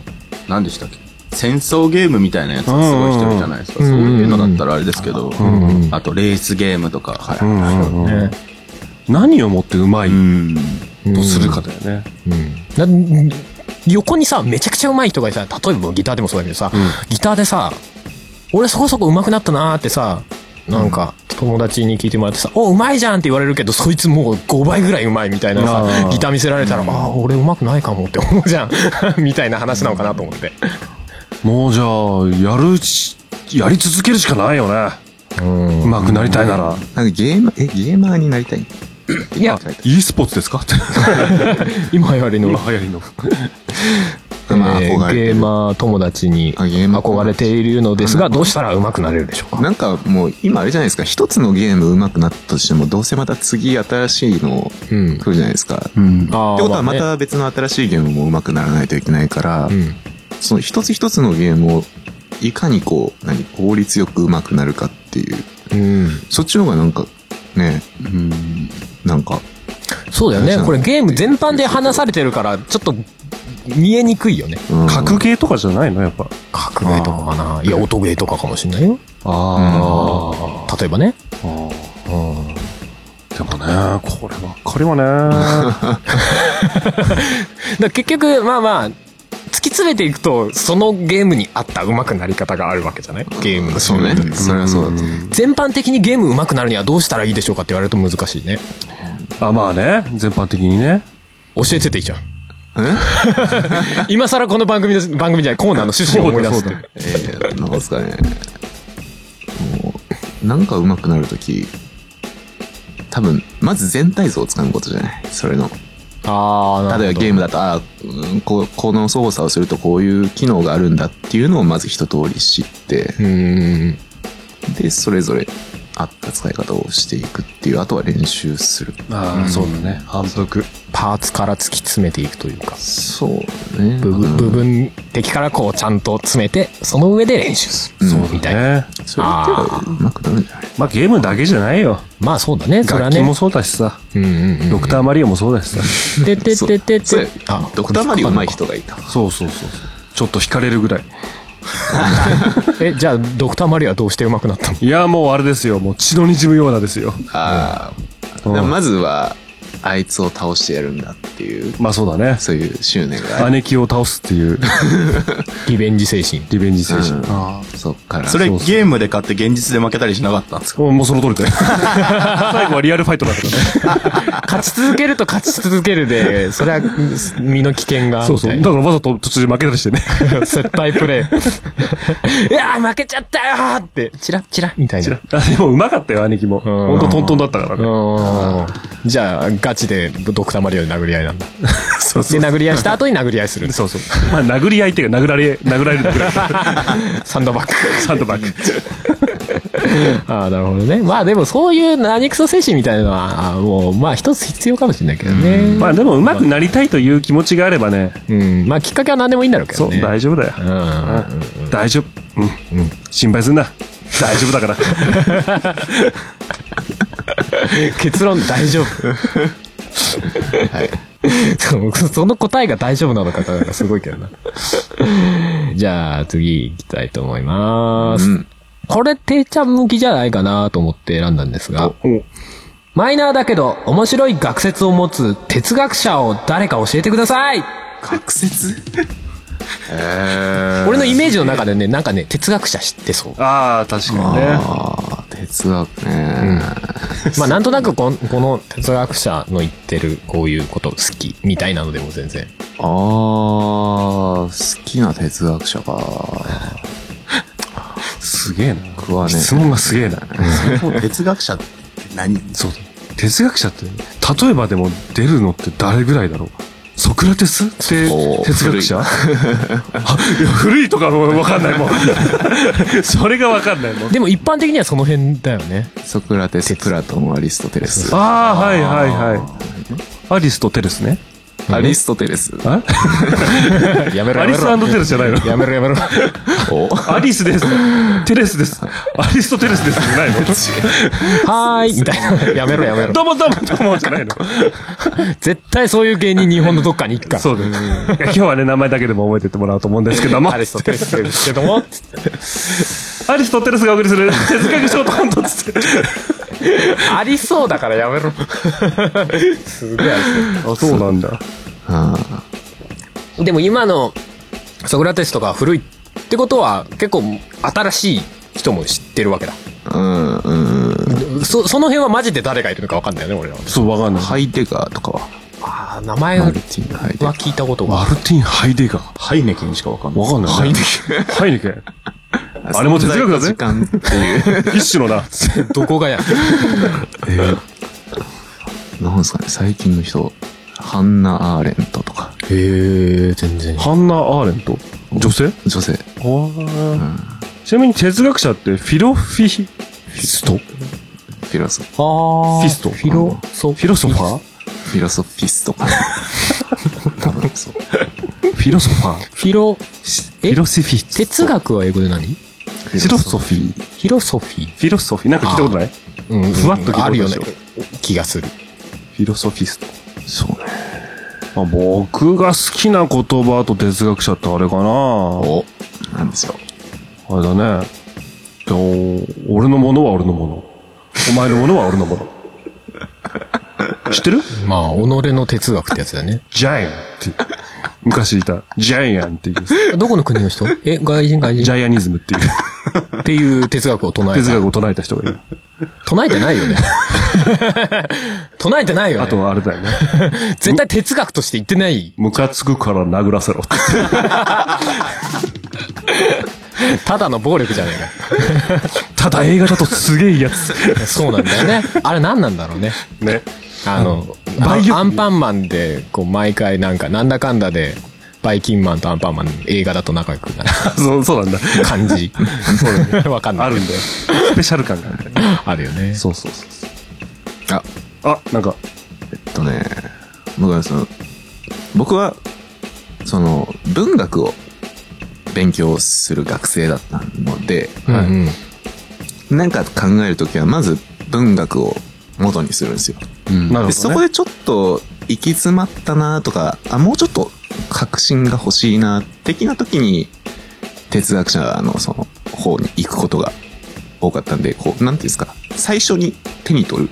Speaker 4: 何でしたっけ戦争ゲームみたいなやつがすごい人いるじゃないですか。そういうのだったらあれですけど、あとレースゲームとか、
Speaker 5: う
Speaker 4: は
Speaker 5: んうんうん
Speaker 1: ね
Speaker 5: 何をもってうまい
Speaker 4: い。うん。
Speaker 5: とするかだよね、
Speaker 1: うんな横にさ、めちゃくちゃ上手い人がいさ、例えばギターでもそうだけどさ、ギターでさ、俺そこそこ上手くなったなーってさ、なんか、友達に聞いてもらってさ、お、上手いじゃんって言われるけど、そいつもう5倍ぐらい上手いみたいな
Speaker 5: あ
Speaker 1: さ
Speaker 5: ー、
Speaker 1: ギター見せられたら、ああ、俺上手くないかもって思うじゃん。 [LAUGHS] みたいな話なのかなと思って。
Speaker 5: もうじゃあやるしやり続けるしかないよねうまくなりたいなら、
Speaker 6: なんかゲーマー、え、ゲーマーになりたい
Speaker 1: いや、
Speaker 5: e スポーツ [LAUGHS] ですかって
Speaker 1: 今流行りの、
Speaker 5: 今流行りの
Speaker 1: え
Speaker 6: まあ憧
Speaker 1: ー
Speaker 6: れてる
Speaker 1: ゲーマー友達に
Speaker 6: あゲーマー友
Speaker 1: 憧
Speaker 6: 達
Speaker 1: れているのですが、どうしたら上手くなれるでしょうか。
Speaker 6: なんかもう今あれじゃないですか一つのゲーム上手くなったとしてもどうせまた次新しいの
Speaker 1: うん。
Speaker 6: 来るじゃないですか、って
Speaker 1: あー
Speaker 6: ことはま
Speaker 1: あ
Speaker 6: た別の新しいゲームも上手くならないといけないから、
Speaker 1: ねうん
Speaker 6: その一つ一つのゲームをいかにこう何効率よく上手くなるかっていう
Speaker 1: うん。
Speaker 6: そっちの方がなんかね
Speaker 4: うん。
Speaker 6: なんか
Speaker 1: そうだよね。これゲーム全般で話されてるから、ちょっと見えにくいよね。
Speaker 6: うん
Speaker 5: 格ゲーとかじゃないのやっぱ。
Speaker 1: 格ゲーとかかな。いや、音ゲーとかかもしんないよ。
Speaker 5: あ
Speaker 1: 例えばね。
Speaker 5: あ。でもね、こ [LAUGHS] ればっかりはね。
Speaker 1: だから結局、まあまあ、詰めていくと、そのゲームに合った上手くなり方があるわけじゃないゲームの。
Speaker 6: そうね。それはそうだと思う。
Speaker 1: 全般的にゲーム上手くなるにはどうしたらいいでしょうかって言われると難しいね。
Speaker 5: あ、まあね。全般的にね。
Speaker 1: 教えてていいじゃん。 [LAUGHS] 今更この番組です、番組じゃない、コーナーの趣旨を思い出すっていう。
Speaker 6: えー、なんですかね。もう、なんか上手くなるとき、多分、まず全体像をつかむことじゃない。それの。
Speaker 1: ああ、なるほど。
Speaker 6: 例えばゲームだと、ああ、うんここの操作をするとこういう機能があるんだっていうのをまず一通り知って、
Speaker 1: うん。
Speaker 6: で、それぞれ合った使い方をしていくっていう、あとは練習する。
Speaker 5: ああ、そうだね。反復。
Speaker 1: パーツから突き詰めていくというか、
Speaker 6: そうね。
Speaker 1: 部分、部分的からこうちゃんと詰めて、その上で練習する。みたいな。
Speaker 5: ね。
Speaker 6: それってはうまくなるんじゃない
Speaker 5: まあゲームだけじゃないよ。
Speaker 1: まあそうだね、それは
Speaker 5: 楽器
Speaker 1: ね
Speaker 5: も。そうだしさ。
Speaker 1: うんうんうん。
Speaker 5: ドクターマリオもそうだしさ。
Speaker 1: てててて
Speaker 6: そうや
Speaker 1: て。あ、
Speaker 6: ドクターマリオ上手い人がいた。
Speaker 5: そうそうそうそう。ちょっと惹かれるぐらい。
Speaker 1: え、じゃあ、ドクターマリオはどうして上手くなったの
Speaker 5: いや、もうあれですよ。もう血の滲むようなですよ。
Speaker 6: ああ、
Speaker 5: うん
Speaker 6: でもまずは、あいつを倒してやるんだっていう、
Speaker 5: まあそうだね。
Speaker 6: そういう執念がある。
Speaker 5: 姉貴を倒すって [LAUGHS] いう
Speaker 1: リベンジ精神。
Speaker 5: リベンジ精神。
Speaker 6: うん、そっから。
Speaker 4: それゲームで買って現実で負けたりしなかったんですか
Speaker 5: うんもうその通りだよ。 [LAUGHS] 最後はリアルファイトだったからね。
Speaker 1: [LAUGHS] 勝ち続けると勝ち続ける [LAUGHS] で、それは身の危険が。
Speaker 5: [LAUGHS] そうそう。だ
Speaker 1: み
Speaker 5: か
Speaker 1: たい
Speaker 5: らわざと途中で負けたりしてね。
Speaker 1: [LAUGHS] な接待プレイ。いやー負けちゃったよーって、チラッチラッみたいな。
Speaker 5: あ [LAUGHS] でもうまかったよ、兄貴も。ほんとトントンだったから
Speaker 1: う
Speaker 5: ね。
Speaker 1: ーん。じゃあ、ガチでドクターマリオに殴り合いなんだ。
Speaker 5: そうそ
Speaker 1: で、
Speaker 5: う。
Speaker 1: 殴り合いした後に殴り合いする。
Speaker 5: そうそう。まあ殴り合いっていうか殴られ、殴られるぐらい。 [LAUGHS]
Speaker 1: サンドバッグ。
Speaker 5: サンドバッグ。
Speaker 1: ああ、なるほどね。まあでもそういう何クソ精神みたいなのは、あーもう、まあ一つ必要かもしれないけどね。
Speaker 5: まあでも上手くなりたいという気持ちがあればね。
Speaker 1: うん。まあきっかけは何でもいいんだろうけ
Speaker 5: そ
Speaker 1: ど
Speaker 5: う、
Speaker 1: ね。
Speaker 5: 大丈夫だよ。
Speaker 1: うん。
Speaker 5: うん大丈夫。うん。心配すんな。大丈夫だから。
Speaker 1: 結論大丈夫。はい。その答えが大丈夫なのかがすごいけどな。じゃあ次行きたいと思います。これ、ていちゃん向きじゃないかなと思って選んだんですが、マイナーだけど面白い学説を持つ哲学者を誰か教えてください
Speaker 6: 学説
Speaker 1: [LAUGHS] 俺のイメージの中でね、なんかね、哲学者知ってそう。
Speaker 5: ああ、確かにね。
Speaker 6: ああ、哲学ね。
Speaker 1: まあなんとなくこんこの哲学者の言ってるこういうこと好きみたいなのでも全然。
Speaker 6: ああ、好きな哲学者か。
Speaker 5: すげえな。
Speaker 6: 僕はね、
Speaker 5: 質問がすげえな。
Speaker 4: もう哲学者って何
Speaker 5: そうだ。哲学者って、例えばでも出るのって誰ぐらいだろうソクラテスって
Speaker 6: おー
Speaker 5: 哲学者あいや [LAUGHS] 古いとかもわかんないもん。 [LAUGHS] それがわかんないもん。
Speaker 1: でも一般的にはその辺だよね。
Speaker 6: ソクラテス、プラトン、アリストテレス。
Speaker 5: ああ、はいはいはい。アリストテレスね。
Speaker 6: アリストテレス。
Speaker 5: あ
Speaker 1: [LAUGHS] やめろ
Speaker 5: ア
Speaker 1: や
Speaker 5: リ
Speaker 1: め
Speaker 5: ステレ
Speaker 1: ろ。
Speaker 5: スじゃないの
Speaker 1: やめろやめ [LAUGHS] ろ。
Speaker 6: お
Speaker 5: アリスです。テレスです。アリストテレスですじゃないの
Speaker 1: はーいみたいな。やめろやめろ。
Speaker 5: どうもどうもどうもじゃないの
Speaker 1: [LAUGHS] 絶対そういう芸人日本のどっかに行くから。
Speaker 5: そうです。いや今日はね、名前だけでも覚えてってもらおうと思うんですけども。
Speaker 1: アリストテレスですけども、つって
Speaker 5: アリストテレスがお送りす [LAUGHS] る哲学ショートコントっつって。
Speaker 1: ありそうだからやめろ。すげえあり
Speaker 5: あ、そうなんだ。
Speaker 1: そうでも今のソクラテスとか古いってことは結構新しい人も知ってるわけだ。
Speaker 6: うん、うん。
Speaker 1: そ、その辺はマジで誰がいるのかわかんないよね、俺らは。
Speaker 5: そう、わかんない。
Speaker 6: ハイデガーとかは。
Speaker 1: ああ、名前
Speaker 6: マ
Speaker 1: は
Speaker 6: ルティン・ハイデガー。
Speaker 1: 聞いたことが
Speaker 5: マ
Speaker 1: ある。
Speaker 5: ルティン・ハイデガー。
Speaker 4: ハイネケンしかわかんない。
Speaker 5: わかんない。ハイデガー。ハイネケン。あれも哲学だぜ
Speaker 6: 時。間っていう。
Speaker 5: 一種の [LAUGHS] な。
Speaker 1: どこがや。
Speaker 6: なんですかね、最近の人。ハンナ・アーレントとか。
Speaker 1: へえ、全然。
Speaker 5: ハンナ・アーレント。女性
Speaker 6: 女性。
Speaker 5: ちなみに哲学者ってフィロフィ、フ
Speaker 6: フィロソ、フ
Speaker 1: ああ。
Speaker 5: ィスト。
Speaker 1: フィロ、ソ
Speaker 5: フィロソファー
Speaker 6: ィロソフィスとか。多分そう。
Speaker 5: フィロソファー。
Speaker 1: フィロ、
Speaker 5: フ
Speaker 1: え
Speaker 5: ィロシフィス。
Speaker 1: 哲学は英語で何フ
Speaker 6: フ
Speaker 5: フィロソフィー。
Speaker 1: ィロソフィー。
Speaker 5: フィロソフィー。なんか聞いたことない
Speaker 1: うん
Speaker 5: ふわっと聞いたこと
Speaker 1: あるよ
Speaker 5: で
Speaker 1: ね
Speaker 5: しょ。
Speaker 1: 気がする。
Speaker 5: フィロソフィスト。そうね。まあ、僕が好きな言葉と哲学者ってあれかな
Speaker 6: お、なんですよ。
Speaker 5: あれだね。でお俺のものは俺のもの。お前のものは俺のもの。知ってる
Speaker 1: まあ、己の哲学ってやつだね。
Speaker 5: ジャイアンっていう。昔いた、ジャイアンってい
Speaker 1: [LAUGHS]
Speaker 5: う、
Speaker 1: どこの国の人え、外人外
Speaker 5: ジ
Speaker 1: 人
Speaker 5: ャイアニズムっていう
Speaker 1: っていう哲学を唱え
Speaker 5: 哲
Speaker 1: た。
Speaker 5: 学を唱えた人がいる。
Speaker 1: 唱えてないよ [LAUGHS] ね。唱えてないよね。
Speaker 5: あとはあれだよね。
Speaker 1: 絶対哲学として言ってない。
Speaker 5: ムカつくから殴らせろって。
Speaker 1: ただの暴力じゃねえ [LAUGHS]
Speaker 5: ただ映画だとすげえやつ。
Speaker 1: か。 [LAUGHS] そうなんだよね。あれ何なんだろうね。
Speaker 5: ね。
Speaker 1: あ [LAUGHS] の、
Speaker 5: バイ
Speaker 1: あアンパンマンで、こう、毎回なんか、なんだかんだで、バイキンマンとアンパンマン映画だと仲良くなる
Speaker 5: そう、そうなんだ。
Speaker 1: 感じ。 [LAUGHS] そうだね。わかんない。
Speaker 5: あるんだよ。スペシャル感があるんだよね。
Speaker 1: あるよね。
Speaker 5: そうそうそうそう。
Speaker 6: あ、
Speaker 5: あ、なんか、
Speaker 6: えっとね、僕はその、僕は、その、文学を勉強する学生だったので、
Speaker 1: うんうん。
Speaker 6: なんか考えるときは、まず文学を元にするんですよ。
Speaker 5: なる
Speaker 6: で
Speaker 5: ほ
Speaker 6: そ
Speaker 5: ど
Speaker 6: こ
Speaker 5: ね。
Speaker 6: でちょっと行き詰まったなとか、あ、もうちょっと確信が欲しいな、的な時に、哲学者のその方に行くことが多かったんで、こう、なんていうんですか、最初に手に取る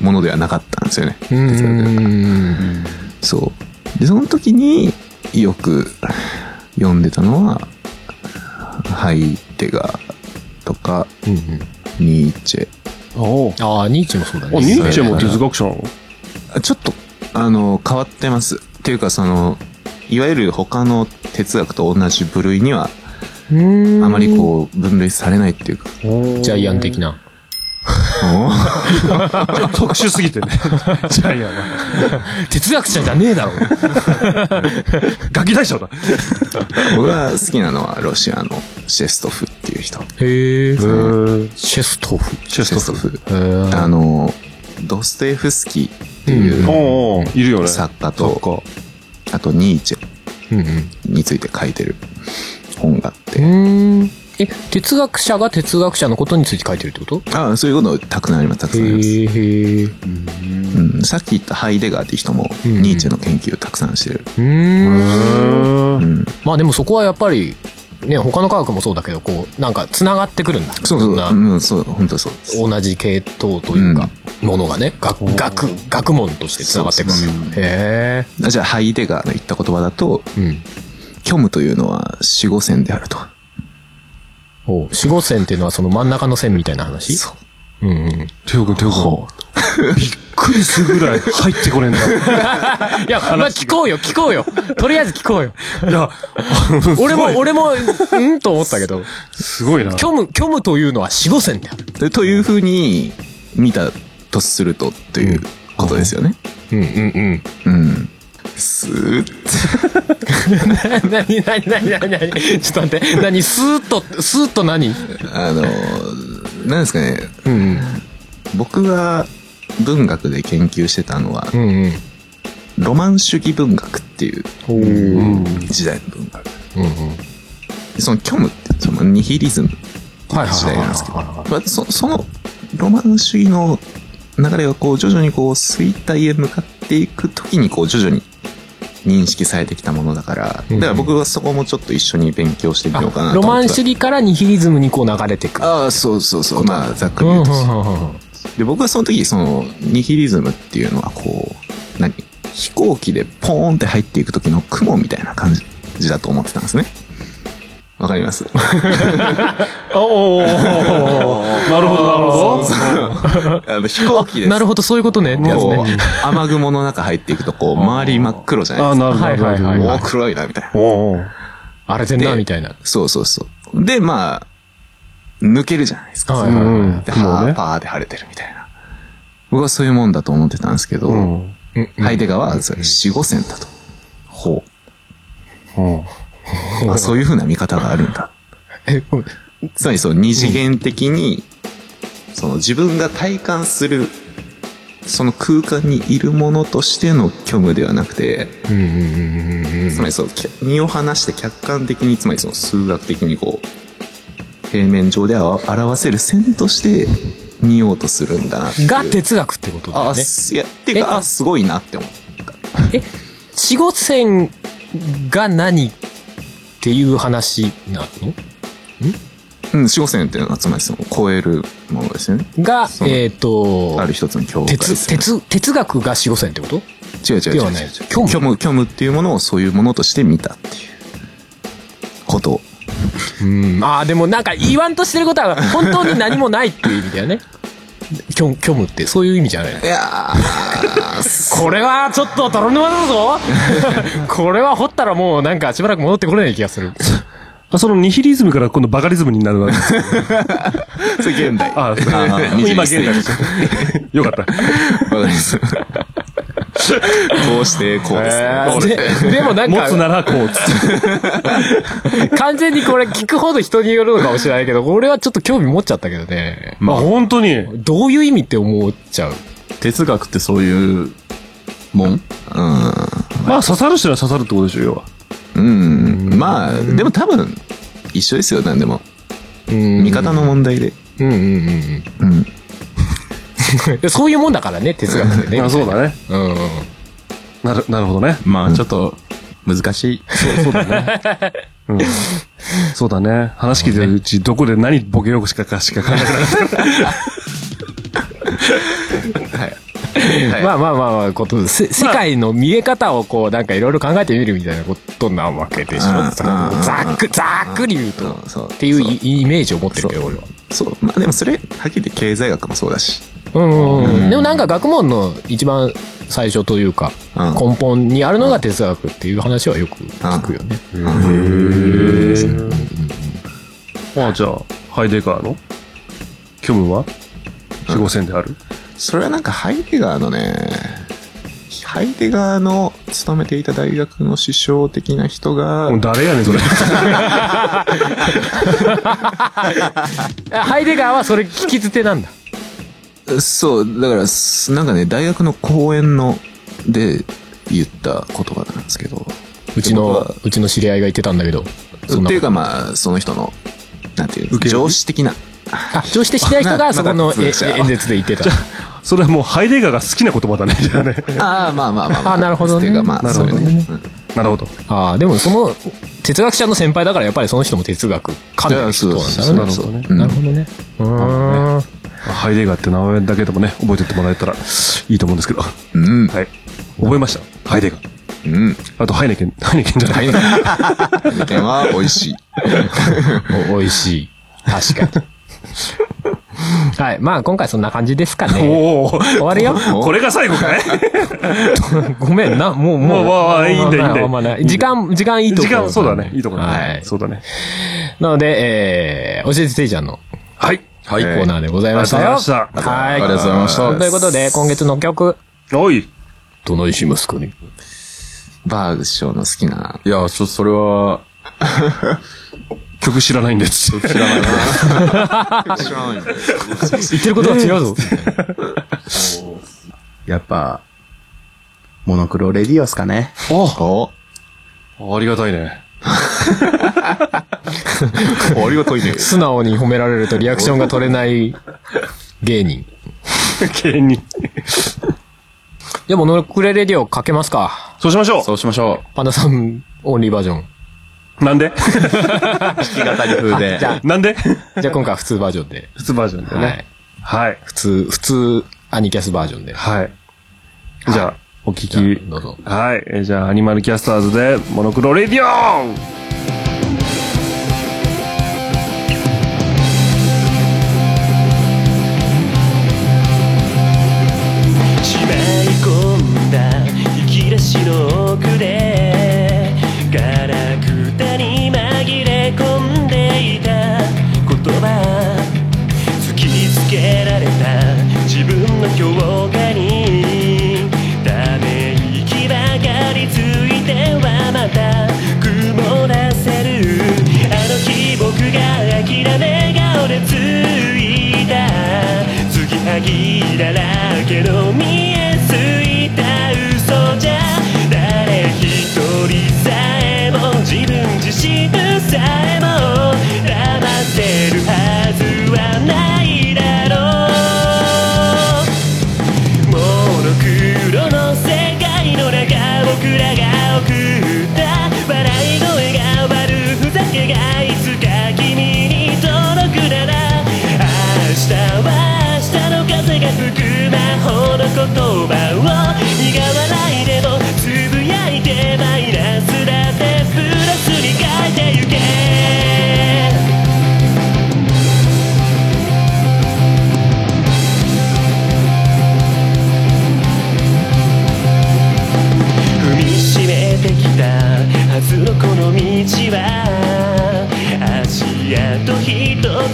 Speaker 6: ものではなかったんですよね。
Speaker 1: うん
Speaker 6: 哲学
Speaker 1: うんうん。
Speaker 6: そう。で、その時によく読んでたのは、ハイデガーとか、ニーチェ。
Speaker 5: おう
Speaker 1: ああ、ニーチェもそうだ
Speaker 5: あ、
Speaker 1: ね。
Speaker 5: ニーチェも哲学者なの
Speaker 6: あちょっと、あの、変わってます。っていうか、その、いわゆる他の哲学と同じ部類には、あまりこう、分類されないっていうか。 [LAUGHS]
Speaker 1: ジャイアン的な。
Speaker 5: ちょっと特殊すぎてね。ジャイアンは。
Speaker 1: 哲学者じゃねえだろ。
Speaker 5: ガキ大将だ。
Speaker 6: 僕が好きなのは、ロシアのシェストフっていう人。
Speaker 1: へえ。
Speaker 5: うん。
Speaker 1: シェストフ。
Speaker 5: チェ
Speaker 6: シェス
Speaker 5: ス
Speaker 6: ト
Speaker 5: ト
Speaker 6: フ。
Speaker 1: へえ。
Speaker 6: あの、ドステエフスキーっていう
Speaker 5: おうおういるよね。
Speaker 6: 作家
Speaker 5: そっ
Speaker 6: と、
Speaker 5: か。
Speaker 6: あとニーチェ
Speaker 1: うんうん。
Speaker 6: について書いてる本があって。
Speaker 1: うん。え、哲学者が哲学者のことについて書いてるってこと
Speaker 6: ああ、そういうことたくさんあります、たくさんあります。
Speaker 1: へえ、へえ。
Speaker 6: うん、さっき言ったハイデガーって人も、
Speaker 1: うん
Speaker 6: ニーチェの研究たくさんしてる。
Speaker 1: うーん。
Speaker 6: うん。
Speaker 1: まあでもそこはやっぱり、ね、他の科学もそうだけど、こう、なんか繋がってくるんだ。
Speaker 6: そうそう、
Speaker 1: な
Speaker 6: うん、そう、本当そうです。
Speaker 1: 同じ系統というか、ものがね、学、学、学問として繋がってくる
Speaker 6: そうそ
Speaker 1: んだ。へ
Speaker 6: あじゃあ、ハイデガーの言った言葉だと、
Speaker 1: え。うん。
Speaker 6: 虚無というのは死後線であると。
Speaker 1: おう四五線っていうのはその真ん中の線みたいな話。
Speaker 6: そ
Speaker 1: う
Speaker 6: う
Speaker 1: んうん。
Speaker 5: テオ君、テオ [LAUGHS] 君。びっくりするぐらい入ってこれんだ。
Speaker 1: いや、まあ、聞こうよ、聞こうよ。とりあえず聞こうよ。
Speaker 5: い [LAUGHS] や、
Speaker 1: 俺も、俺も、うんと思ったけど、
Speaker 5: すごいな。
Speaker 1: 虚無、虚無というのは死後線だ
Speaker 6: [LAUGHS]
Speaker 1: よ。
Speaker 6: でというふうに、見たとすると、ということですよね。
Speaker 1: うんうん
Speaker 6: うん。すーって。
Speaker 1: うん。なになになになになにちょっと待って。なにスーッと、スーッと何
Speaker 6: あの、なんですかね、
Speaker 1: うん
Speaker 6: 僕が文学で研究してたのは、
Speaker 1: うん。うん
Speaker 6: ロマン主義文学っていう
Speaker 1: うん。
Speaker 5: うん。
Speaker 6: 時代の文学。
Speaker 1: うんうん。
Speaker 6: その虚無って、そのニヒリズム
Speaker 1: はいはい
Speaker 6: 時代なんですけど、
Speaker 1: は
Speaker 6: まあ、そそのロマン主義の流れがこう徐々にこう衰退へ向かっていく時にこう徐々に認識されてきたものだから、
Speaker 1: うん
Speaker 6: だから僕はそこもちょっと一緒に勉強してみようか
Speaker 1: いは。
Speaker 6: ないと
Speaker 1: ロ
Speaker 6: 思
Speaker 1: マ
Speaker 6: って
Speaker 1: ン
Speaker 6: た
Speaker 1: 主義からニヒリズムにこう流れていく。
Speaker 6: ああそうそうそうまあざっく
Speaker 1: う
Speaker 6: り
Speaker 1: ん
Speaker 6: 言
Speaker 1: う
Speaker 6: うんと、
Speaker 1: うんうん
Speaker 6: で僕はその時そのニヒリズムっていうのはこう何飛行機でポーンって入っていく時の雲みたいな感じだと思ってたんですねわかります
Speaker 5: おーなるほど、なるほど。
Speaker 6: あの飛行機で
Speaker 1: なるほど、そういうことね。ってやつ
Speaker 6: もう
Speaker 1: ね。
Speaker 6: 雨雲の中入っていくとこう周り真っ黒じゃないですか
Speaker 5: あ、なるほど。
Speaker 1: はいはいはい
Speaker 6: もう黒いな、みたいな。
Speaker 5: おー
Speaker 1: 荒れてんな、みたいな。
Speaker 6: そうそうそう。で、まあ、抜けるじゃないですか。
Speaker 1: は
Speaker 6: そ
Speaker 1: い
Speaker 6: の
Speaker 5: はいはい
Speaker 6: で、
Speaker 5: もう
Speaker 6: は
Speaker 5: ね
Speaker 6: ーパーで晴れてるみたいな。僕はそういうもんだと思ってたんですけど、
Speaker 5: うん。
Speaker 6: ハイデガーはそれ四五線だと。ほ
Speaker 5: うん。
Speaker 6: う。あそういうふうな見方があるんだ。
Speaker 1: え、ごめん
Speaker 6: つまりその二次元的に、その自分が体感する、その空間にいるものとしての虚無ではなくて、
Speaker 1: うんうんうんうんうん。
Speaker 6: つまりそう、き身を離して客観的に、つまりその数学的にこう、平面上で表表せる線として見ようとするんだなっていう。
Speaker 1: が哲学ってことだ
Speaker 6: あ、
Speaker 1: よね。
Speaker 6: すいや、っていう
Speaker 1: え
Speaker 6: か、あ、すごいなって思う。
Speaker 1: 死後線が何っていう話なの
Speaker 6: うん、四五線っていうのは、つまりその、超えるものですよね。
Speaker 1: が
Speaker 6: そ、う
Speaker 1: えっ、と
Speaker 6: あ、る一つの境界です
Speaker 1: 哲、
Speaker 6: よね、
Speaker 1: 哲、哲学が死後線ってこと
Speaker 6: 違う違う違
Speaker 1: で
Speaker 6: う
Speaker 1: はない虚無
Speaker 6: 虚無、虚無っていうものをそういうものとして見たっていうことを。
Speaker 1: うんああ、でもなんか言わんとしてることは本当に何もないっていう意味だよね。虚虚無ってそういう意味じゃないの
Speaker 6: いや
Speaker 1: これはちょっと泥沼だぞこれは掘ったらもうなんかしばらく戻ってこれない気がする。
Speaker 5: あそのニヒリズムから今度バカリズムになる [LAUGHS] わけです。
Speaker 6: ー、それ現 [LAUGHS] 代。
Speaker 5: ああ、そう
Speaker 6: あー
Speaker 5: 今
Speaker 6: 21
Speaker 5: 現代です。よかった。
Speaker 6: わかります。こうして、こうですね。
Speaker 1: ででもなん
Speaker 5: 持つ
Speaker 1: か
Speaker 5: ならこうっつって。
Speaker 1: 完全にこれ聞くほど人によるのかもしれないけど、俺はちょっと興味持っちゃったけどね。
Speaker 5: まあ本当に。
Speaker 1: どういう意味って思っちゃう。
Speaker 4: 哲学ってそういうもん
Speaker 5: まあ刺さる人には刺さるってことでしょ、要は。
Speaker 6: うん。まあ、でも多分、一緒ですよ、なんでも。
Speaker 1: うん
Speaker 6: 味方の問題で。
Speaker 1: うんうんうん
Speaker 6: うん。
Speaker 1: うん。そういうもんだからね、哲学ってね。
Speaker 5: あ [LAUGHS] そうだね。
Speaker 1: うんうん。
Speaker 5: なる、なるほどね。
Speaker 4: [LAUGHS] まあちょっと難しい。
Speaker 5: うん。そうだね。話聞いてるうち、どこで何ボケようしかかしか考え [LAUGHS] てない。
Speaker 1: まあまあまあまあ、ことです、せ世界の見え方をこう、なんかいろいろ考えてみるみたいなことなわけでしょ。
Speaker 6: うん
Speaker 1: ざ
Speaker 6: うん
Speaker 1: ざっく、ざっくり言うと。っ
Speaker 6: そう。って
Speaker 1: いうイイメージを持ってるけど、俺は。
Speaker 6: そう。まあでもそれ、はっきり言って経済学もそうだし。
Speaker 1: うんうんうん。でもなんか学問の一番最初というか、
Speaker 6: うん
Speaker 1: 根本にあるのが哲学っていう話はよく聞くよね。
Speaker 5: ああ、じゃあ、ハイデガーの虚無は死後線である。
Speaker 6: それはなんかハイデガーのね、ハイデガーの勤めていた大学の首相的な人が、
Speaker 5: もう誰やねん、それ。
Speaker 1: あハイデガーはそれ聞き捨てなんだ。
Speaker 6: そう、だから、すなんかね、大学の講演の、で、言った言葉なんですけど、
Speaker 1: うちの、うちの知り合いが言ってたんだけど。そん
Speaker 6: っ
Speaker 1: な
Speaker 6: ていうかまあ、その人の、なんていう、上司的な、
Speaker 1: あ、上司で知り合い人
Speaker 6: [LAUGHS]
Speaker 1: がそこの
Speaker 6: まだ
Speaker 1: え
Speaker 6: 通じちゃう
Speaker 1: 演説で言 [LAUGHS] ってた。
Speaker 5: それはもうハイデガーが好きな言葉 [LAUGHS] だね、じゃあね。
Speaker 6: ああ、まあまあまあまあ。
Speaker 1: あなるほどね
Speaker 6: っていうかまあ、
Speaker 5: なる
Speaker 6: そ
Speaker 5: ほ
Speaker 6: うい
Speaker 5: ど
Speaker 6: う
Speaker 5: ね
Speaker 6: ね。うん
Speaker 5: なるほど。
Speaker 1: ああ、でもその、哲学者の先輩だからやっぱりその人も哲学かなりの人なんだ
Speaker 6: そ
Speaker 1: ろ
Speaker 6: う
Speaker 5: な
Speaker 1: う
Speaker 5: る
Speaker 1: ね。
Speaker 5: ほどね。
Speaker 1: なるほどね。うーん。
Speaker 5: ハイデガーって名前だけでもね、覚えてってもらえたらいいと思うんですけど。は
Speaker 6: うん。
Speaker 5: い。覚えました。ハイデガー。
Speaker 6: うん。
Speaker 5: あと、ハイネケン、ハイネケンじゃない。
Speaker 6: 意見は美味しい。
Speaker 1: お美味しい。確 [LAUGHS] かに。はい。まあ、今回そんな感じですかね。
Speaker 5: おお
Speaker 1: 終わるよ。
Speaker 5: これが最後かい
Speaker 1: ごめんな。もう、もう。
Speaker 5: まあまあいいんだ
Speaker 1: まあまあ
Speaker 5: いいんだ
Speaker 1: まあまあ時間、時間いいとこ
Speaker 5: 時
Speaker 1: ろ
Speaker 5: 間、そうだね。いいとこだね。
Speaker 1: はい。
Speaker 5: そうだね。
Speaker 1: なので、えー、教えてていちゃんの
Speaker 5: はい。
Speaker 1: コーナーでございましたよ。
Speaker 5: ありがとうございました
Speaker 1: はい。
Speaker 4: ありがとうございました
Speaker 1: ということで、今月の曲、
Speaker 5: おい。
Speaker 1: どないしますかね。
Speaker 6: バーグ師匠の好きな。
Speaker 4: いや、ちょ、それは、
Speaker 5: 曲知らないんです。 [LAUGHS]
Speaker 6: 知らない
Speaker 1: 言ってることは違う
Speaker 5: [LAUGHS]
Speaker 1: ぞ。
Speaker 4: やっぱ、モノクロレディオスかね。
Speaker 6: お
Speaker 5: ありがたいね。
Speaker 6: ありがとうね。
Speaker 1: 素直に褒められるとリアクションが取れない芸人。
Speaker 5: 芸人。
Speaker 1: でも、ノルクレレディオかけますか。
Speaker 5: そうしましょ
Speaker 4: [LAUGHS] そうしましょ
Speaker 1: パンダさん、オンリーバージョン。
Speaker 5: う。なんで
Speaker 4: う。弾き語り風で。
Speaker 1: じゃ
Speaker 5: なんで
Speaker 1: あ、じゃあ今回は普通バージョンで。
Speaker 5: [LAUGHS] 普通バージョンで
Speaker 1: は
Speaker 5: ね。
Speaker 1: い。
Speaker 5: はい。
Speaker 1: 普通、普通、アニキャスバージョンで。
Speaker 5: はい。じゃあ、お聞き。
Speaker 1: どうぞ。
Speaker 5: はい。えーじゃあ、アニマルキャスターズで、モノクロレディオン
Speaker 9: しまい込んだ引き出しの奥でガラクタに紛れ込んでいた言葉突きつけられた自分の評価にため息ばかりついてはまた曇らせるあの日僕が諦め顔でついた継ぎはぎだらけの見えすいた嘘じゃ誰一人さえも自分自身さえも黙ってるはずはないだろうモノクロの世界の中僕らが送った笑い声が悪ふざけがいつか君に届くなら明日は明日の風が吹く魔法の言葉を苦笑いで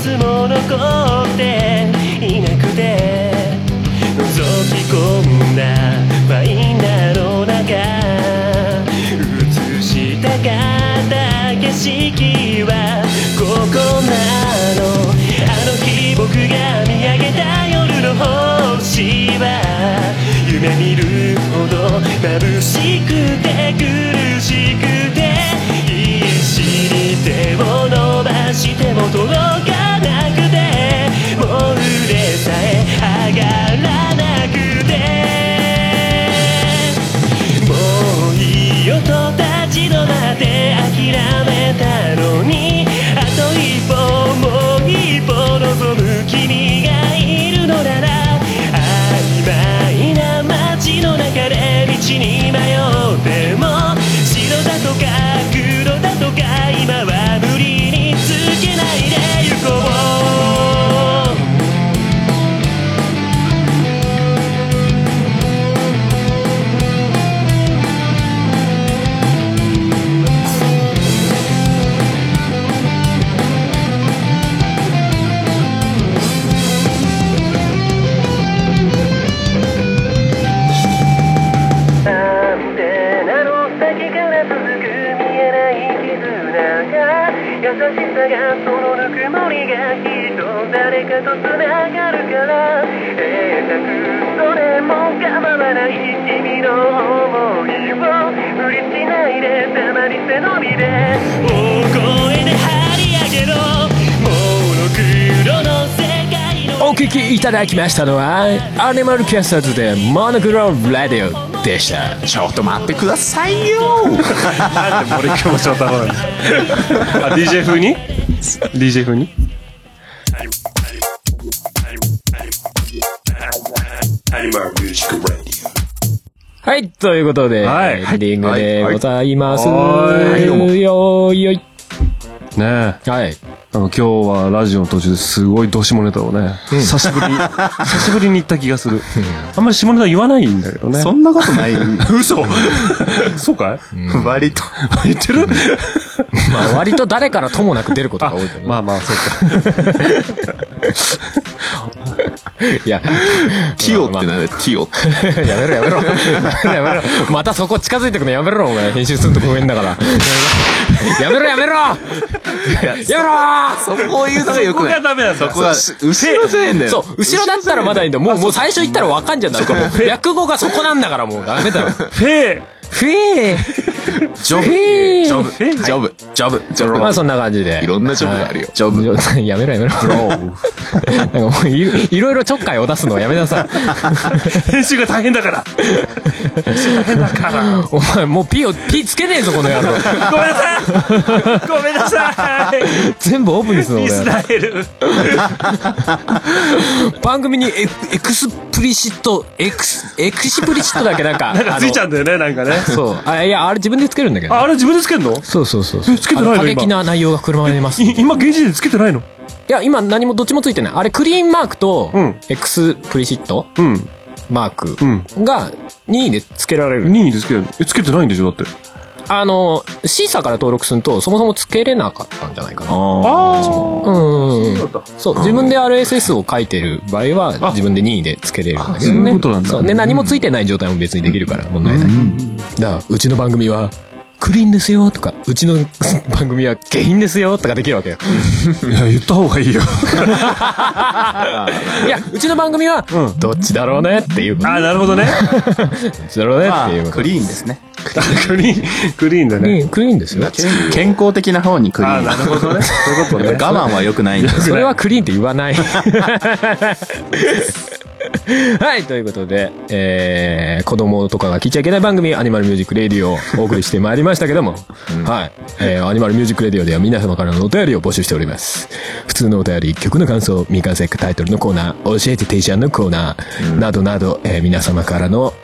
Speaker 9: つも残っていなくて覗き込んだファインダーの中映したかった景色はここなのあの日僕が見上げた夜の星は夢見るほど眩しくて苦しくて必死に手を伸ばしても届かなくてもう腕さえ上がらなくてもういいよと立ち止まって諦めたのにあと一歩もう一歩望む君がいるのなら曖昧な街の中で道に迷っても白だとか黒だとか今は無理につけないで行こうアンテナの先から続く見えない絆が優しさがそのぬくもりがきっと誰かとつながるからえたくそれも構わない君の思いを無理しないでたまに背伸びで大声で張り上げろモノクロの世界の
Speaker 1: お聞きいただきましたのは、アニマルキャスターズでモノクロラディオでした。
Speaker 6: ちょっと待ってくださいよ
Speaker 5: なんで森久保翔太郎なんですかあ、DJ 風に ?DJ 風に
Speaker 1: はい、ということで、
Speaker 5: はい
Speaker 1: エンディングでございます。
Speaker 5: はいはいどうも
Speaker 1: よーいよい。
Speaker 5: ねえ。
Speaker 1: はい。
Speaker 5: あの、今日はラジオの途中ですごいどしもネタをね、久しぶりに、久しぶりに言った気がする。あんまり下ネタ言わないんだけどね。
Speaker 4: そんなことない。
Speaker 5: 嘘そうかい
Speaker 4: 割と。
Speaker 5: 言ってる
Speaker 1: まあ、割と誰からともなく出ることが多いけどね
Speaker 5: まあまあ、そうか。
Speaker 1: [LAUGHS] いや、
Speaker 6: ティオ
Speaker 1: [LAUGHS]
Speaker 6: ってなんだよ、ティオって。
Speaker 1: やめろやめ [LAUGHS] ろ。やめろ。またそこ近づいてくのやめろ、お前。編集するとごめんだから。やめろやめろやめろ
Speaker 6: そこを言うのがよくない。
Speaker 5: ダメなんだ。
Speaker 6: ここは、後ろじゃねえんだよ。
Speaker 1: そう、後ろだったらまだいいんだよ。もう、もう最初言ったらわかんじゃんだって。略語がそこなんだからもうダメだろ。
Speaker 5: フェー
Speaker 1: ふえー
Speaker 6: ジョブ。
Speaker 1: ふえ
Speaker 6: ジョ
Speaker 1: ー
Speaker 6: ブ。ジョブ。ジョブ。ジョブ。
Speaker 1: まあそんな感じで。
Speaker 6: いろんなジョブがあるよ。
Speaker 1: ジョブ。 [LAUGHS] やめろやめろ。 [LAUGHS] なんかもういろいろいろちょっかいを出すのはやめなさい。 [LAUGHS]
Speaker 5: 編集が大変だから
Speaker 1: お前もうピを、ピつけねえぞ、この野郎。
Speaker 5: ごめんなさいごめんなさい
Speaker 1: 全部オープンにするの
Speaker 5: イス
Speaker 1: 俺。
Speaker 5: ラエル
Speaker 1: 番組にエクエクスプリシット、エクス、エクシプリシットだっけなんか。
Speaker 5: [LAUGHS] なんかついちゃうんだよね、なん [LAUGHS] かね。
Speaker 1: あのそう。あ、いや、あれ自分でつけるんだけど。
Speaker 5: あ、あれ自分でつけんの
Speaker 1: そうそうそうそう。
Speaker 5: えつけてないの
Speaker 1: あ過激
Speaker 5: 今
Speaker 1: な内容が含まれますんで。
Speaker 5: い
Speaker 1: い
Speaker 5: 今、現時点でつけてないの
Speaker 1: や、今何もどっちもついてない。あれ、クリーンマークと
Speaker 5: うん、
Speaker 1: エクスプリシット
Speaker 5: うん。
Speaker 1: マーク
Speaker 5: うん。
Speaker 1: が2位でつけられる。
Speaker 5: 任意でつけるのえ、つけてないんでしょだって。
Speaker 1: あの、シーサーから登録すると、そもそもつけれなかったんじゃないかな。
Speaker 5: あ
Speaker 1: うんうんうん。
Speaker 5: あ。
Speaker 1: そう、自分で RSS を書いてる場合は、自分で任意でつけれるんだけどね。
Speaker 5: あそういうことなんだ
Speaker 1: そうね、何もついてない状態も別にできるから、問題ない。だから、うちの番組は、クリーンですよとか、うちの番組は下品ですよとかできるわけよ。
Speaker 5: いや、言った方がいいよ。
Speaker 1: いや、うちの番組は、どっちだろうねっていうこと。
Speaker 5: あ、なるほ [LAUGHS] どね。
Speaker 1: どっちだろうね
Speaker 4: ま
Speaker 1: っ
Speaker 4: あ
Speaker 1: ていうこと。
Speaker 4: クリーンですね。
Speaker 5: クリーン、クリーンだね。
Speaker 1: うんクリーンですよ。
Speaker 4: 健康的な方にクリ
Speaker 5: あ、
Speaker 4: ーン。
Speaker 5: なるほ
Speaker 4: [LAUGHS]
Speaker 5: どね。そういうこと [LAUGHS]
Speaker 4: やっ
Speaker 5: ね。
Speaker 4: ぱ我慢は良く [LAUGHS] ないんです。
Speaker 1: それはクリーンって言
Speaker 4: [LAUGHS]
Speaker 1: わない。はい、ということで、えー、子供とかが聞いちゃいけない番組、アニマルミュージックレディオをお送りしてまいりましたけども、はい、えー、アニマルミュージックレディオでは皆様からのお便りを募集しております。普通のお便り、曲の感想、未完成タイトルのコーナー、教えてテイシャンのコーナー、などなど、えー皆様からの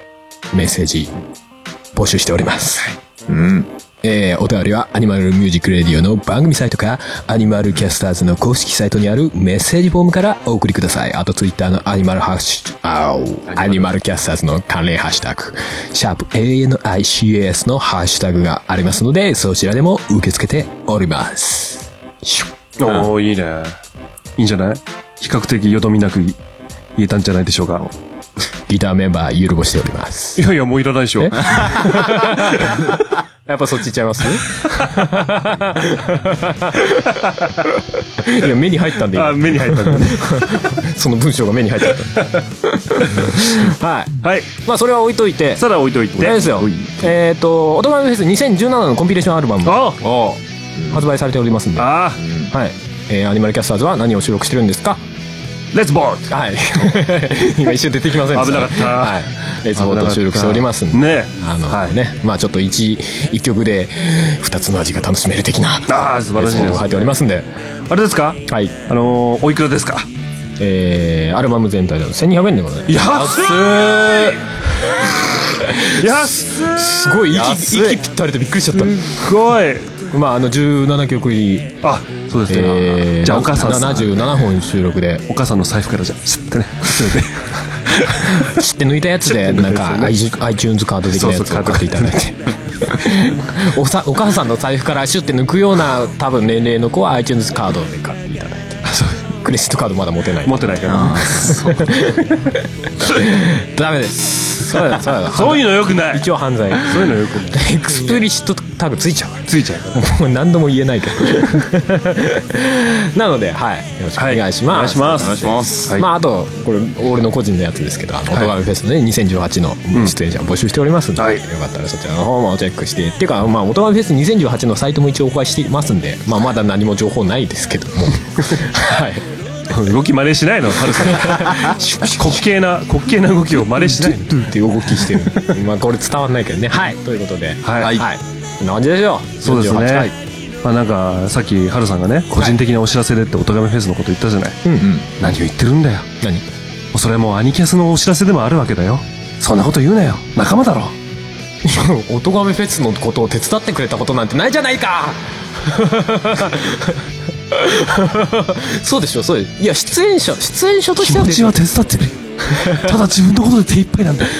Speaker 1: メッセージ、募集しております。えーお便りはアニマルミュージックレディオの番組サイトか、アニマルキャスターズの公式サイトにあるメッセージフォームからお送りください。あとツイッターのアニマルハッシュ、あお、アニマルキャスターズの関連ハッシュタグ、シャープ ANICAS のハッシュタグがありますので、そちらでも受け付けております。シュッ
Speaker 5: おー、いいね。いいんじゃない比較的よどみなく言えたんじゃないでしょうか。
Speaker 1: ギターメンバー、ゆるぼしております。
Speaker 5: いやいや、もういらないでしょ。
Speaker 1: えやっぱそっち行っちゃいますいや、目に入ったんで、
Speaker 5: [LAUGHS] あ、
Speaker 1: 今
Speaker 5: 目に入ったんだね。
Speaker 1: その文章が目に入っちゃ [LAUGHS] った。はい。
Speaker 5: はい。
Speaker 1: まあ、それは置いといて、
Speaker 5: さら置いといて。
Speaker 1: あれですよ
Speaker 5: おい。
Speaker 1: えっ、と、オトマフェス2017のコンピレーションアルバム
Speaker 5: あ
Speaker 1: 発売されておりますんで、は
Speaker 5: あ
Speaker 1: い。えーアニマルキャスターズは何を収録してるんですか
Speaker 5: レッツボー [LAUGHS]
Speaker 1: はい。今一瞬出てきませんでした。
Speaker 5: 危なかった
Speaker 1: はい。レッツボート収録しておりますんで。
Speaker 5: ね
Speaker 1: あの、ね、まあちょっと一、一曲で二つの味が楽しめる的な。
Speaker 5: あー素晴らしいで
Speaker 1: レッツボ
Speaker 5: すね
Speaker 1: ートが入っておりますんで。
Speaker 5: あれですか
Speaker 1: はい。
Speaker 5: あのー、おいくらですか
Speaker 1: えー、アルバム全体だと1200円でございます。
Speaker 5: 安い安い
Speaker 1: すごい息、息ぴったりでびっくりしちゃっ
Speaker 5: すごい
Speaker 1: た。まああの、17曲入り、
Speaker 5: あ、そうですね。
Speaker 1: えー、
Speaker 5: じゃあお母さん
Speaker 1: 77本収録で、
Speaker 5: お母さんの財布からじゃあ、スッてね。スッてね
Speaker 1: 知って抜いたやつで、なん [LAUGHS] か、iTunes カード的なやつを送っていただいて。おさお母さんの財布からシュッて抜くような多分年齢の子は iTunes カードで買っていただいてクレジットカードまだ持てない
Speaker 5: 持ってないから。
Speaker 1: ダメですそう [LAUGHS] やそうや
Speaker 5: そういうのよくない。
Speaker 1: 一応犯罪
Speaker 5: そういうのよくない。
Speaker 1: エクスプリシットタグついちゃうから
Speaker 5: ついちゃうから。
Speaker 1: もう何度も言え [LAUGHS] ないけどなのではいよろしくお願いし
Speaker 5: お願
Speaker 1: ま
Speaker 5: い
Speaker 1: す、
Speaker 5: します。はい
Speaker 1: まああとこれ俺の個人のやつですけど「あのオトガメフェス」ね2018の出演者募集しておりますんで、よかったらそちらの方もチェックしてっていうかまあオトガメフェス2018のサイトも一応お介していますんでまあまだ何も情報ないですけども [LAUGHS] はい
Speaker 5: 動き真似しないのハルさ
Speaker 1: [LAUGHS]
Speaker 5: ん滑稽な滑稽な動きを真似しないの
Speaker 1: ドゥって動きしてるまあこれ伝わんないけどねはいということではいはい、こんな感じでしょう
Speaker 5: そうですね、
Speaker 1: 48回
Speaker 5: まあなんかさっきハルさんがね個人的なお知らせでっておとがめフェスのこと言ったじゃない、何を言ってるんだよも
Speaker 1: 何
Speaker 5: うそれはもうアニキャスのお知らせでもあるわけだよそんなこと言うなよ仲間だろ
Speaker 1: [LAUGHS] おとがめフェスのことを手伝ってくれたことなんてないじゃない [LAUGHS] かそうでしょそうでいや出演者出演者とし
Speaker 5: 気
Speaker 1: ては
Speaker 5: 持
Speaker 1: で
Speaker 5: ち
Speaker 1: しょ
Speaker 5: は手伝ってるよただ自分のことで手一杯なんだよ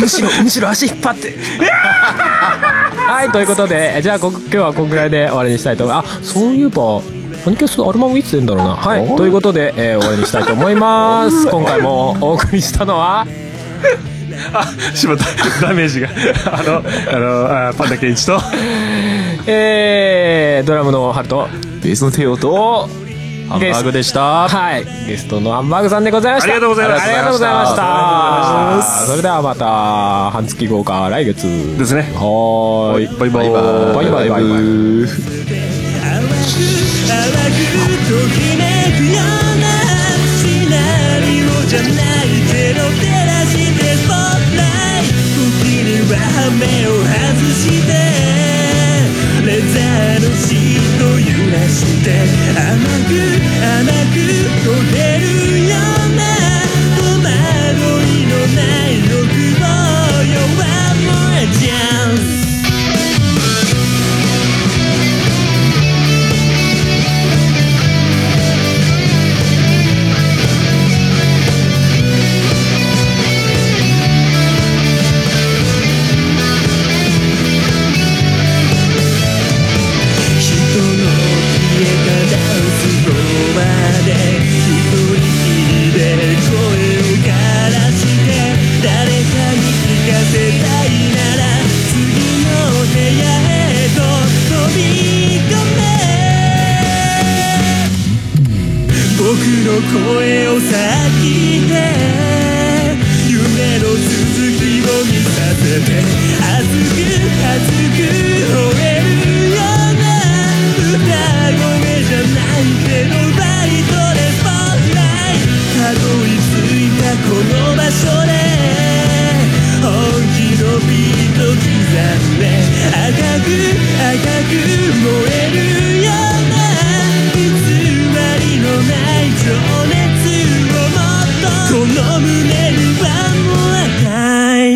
Speaker 1: むしろむしろ足引っ張って [LAUGHS] はいということでじゃあこ今日はこんぐらいで終わりにしたいと思いますあそういえばアニキャスのアルバムいつ出るんだろうなはいということで、えー終わりにしたいと思います今回もお送りしたのは
Speaker 5: [LAUGHS] しまったダメージがあのあのあパンダケンイチと
Speaker 1: [LAUGHS] えー、ドラムのハルト
Speaker 6: ベースの帝王と、
Speaker 1: おハンバーグでしたはいゲストのハンバーグさんでございました
Speaker 5: ありがとうございました
Speaker 1: ありがとうございましたそれではまた半月後か来月
Speaker 5: ですね
Speaker 1: はーい
Speaker 5: バイバイ
Speaker 1: バイバイバイバイ
Speaker 9: 淡く淡くときめくようなシナリオじゃないゼロ照らしてスポットライト時には目を外してレザーのシート揺らして甘く甘く溶けるような戸惑いのない欲望よ One more chance 人の消えたダンスフロアで一人きりので声を枯らして誰かに聞かせたいなら次の部屋へと飛び込め僕の声をさ聞いて夢の続きを見させて熱く熱く吠えるような歌声じゃないけどバイトでスポットライトたどり着いたこの場所で本気のビート刻んで赤く赤く燃えるような偽りのない情熱をもっとこの胸にはもう赤い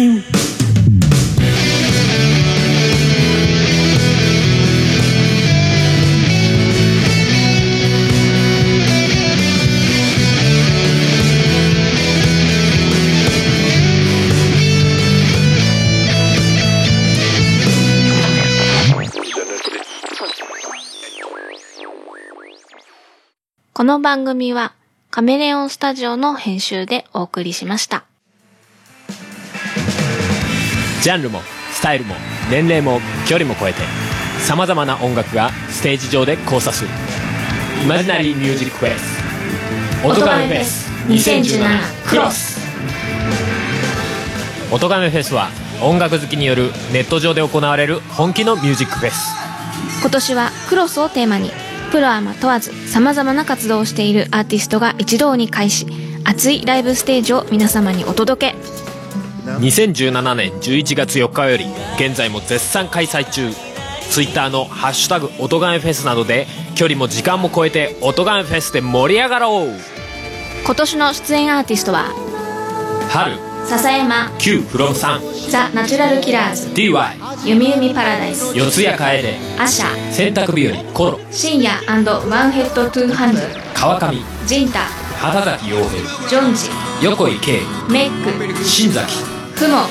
Speaker 10: この番組はカメレオンスタジオの編集でお送りしました。
Speaker 1: ジャンルもスタイルも年齢も距離も超えてさまざまな音楽がステージ上で交差するイマジナリーミュージックフェス音ガメフェス2017クロス音ガメフェスは音楽好きによるネット上で行われる本気のミュージックフェス
Speaker 10: 今年はクロスをテーマにプロアマ問わず様々な活動をしているアーティストが一堂に会し熱いライブステージを皆様にお届け
Speaker 1: 2017年11月4日より現在も絶賛開催中 Twitter の「ハッシュタグ音ガメフェス」などで距離も時間も超えて音ガメフェスで盛り上がろう
Speaker 10: 今年の出演アーティストは
Speaker 1: 春
Speaker 10: 笹山
Speaker 1: Q from 3
Speaker 10: ザ・ナチュラルキラーズ
Speaker 1: DY
Speaker 10: 弓弓パラダイス
Speaker 1: 四谷楓
Speaker 10: アシャ
Speaker 1: 洗濯日和コロ
Speaker 10: 深夜ワンヘッドトゥーハンド
Speaker 1: 川上
Speaker 10: ジンタ
Speaker 1: 畑崎陽平
Speaker 10: ジョンジ
Speaker 1: 横井圭
Speaker 10: メック
Speaker 1: 新崎
Speaker 10: クモ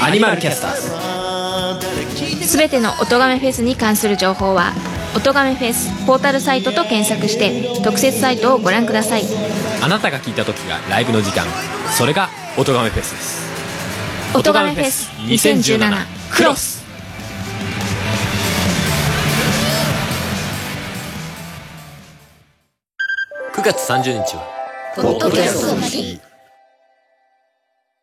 Speaker 1: アニマルキャスターズ
Speaker 10: すべての音とがめフェスに関する情報は「音とがめフェス」ポータルサイトと検索して特設サイトをご覧ください
Speaker 1: あなたが聞いた時がライブの時間それが音ガメフェスです
Speaker 10: 「音とがめフェス2017クロス」
Speaker 1: 9月30日は
Speaker 10: ポッドキャストの日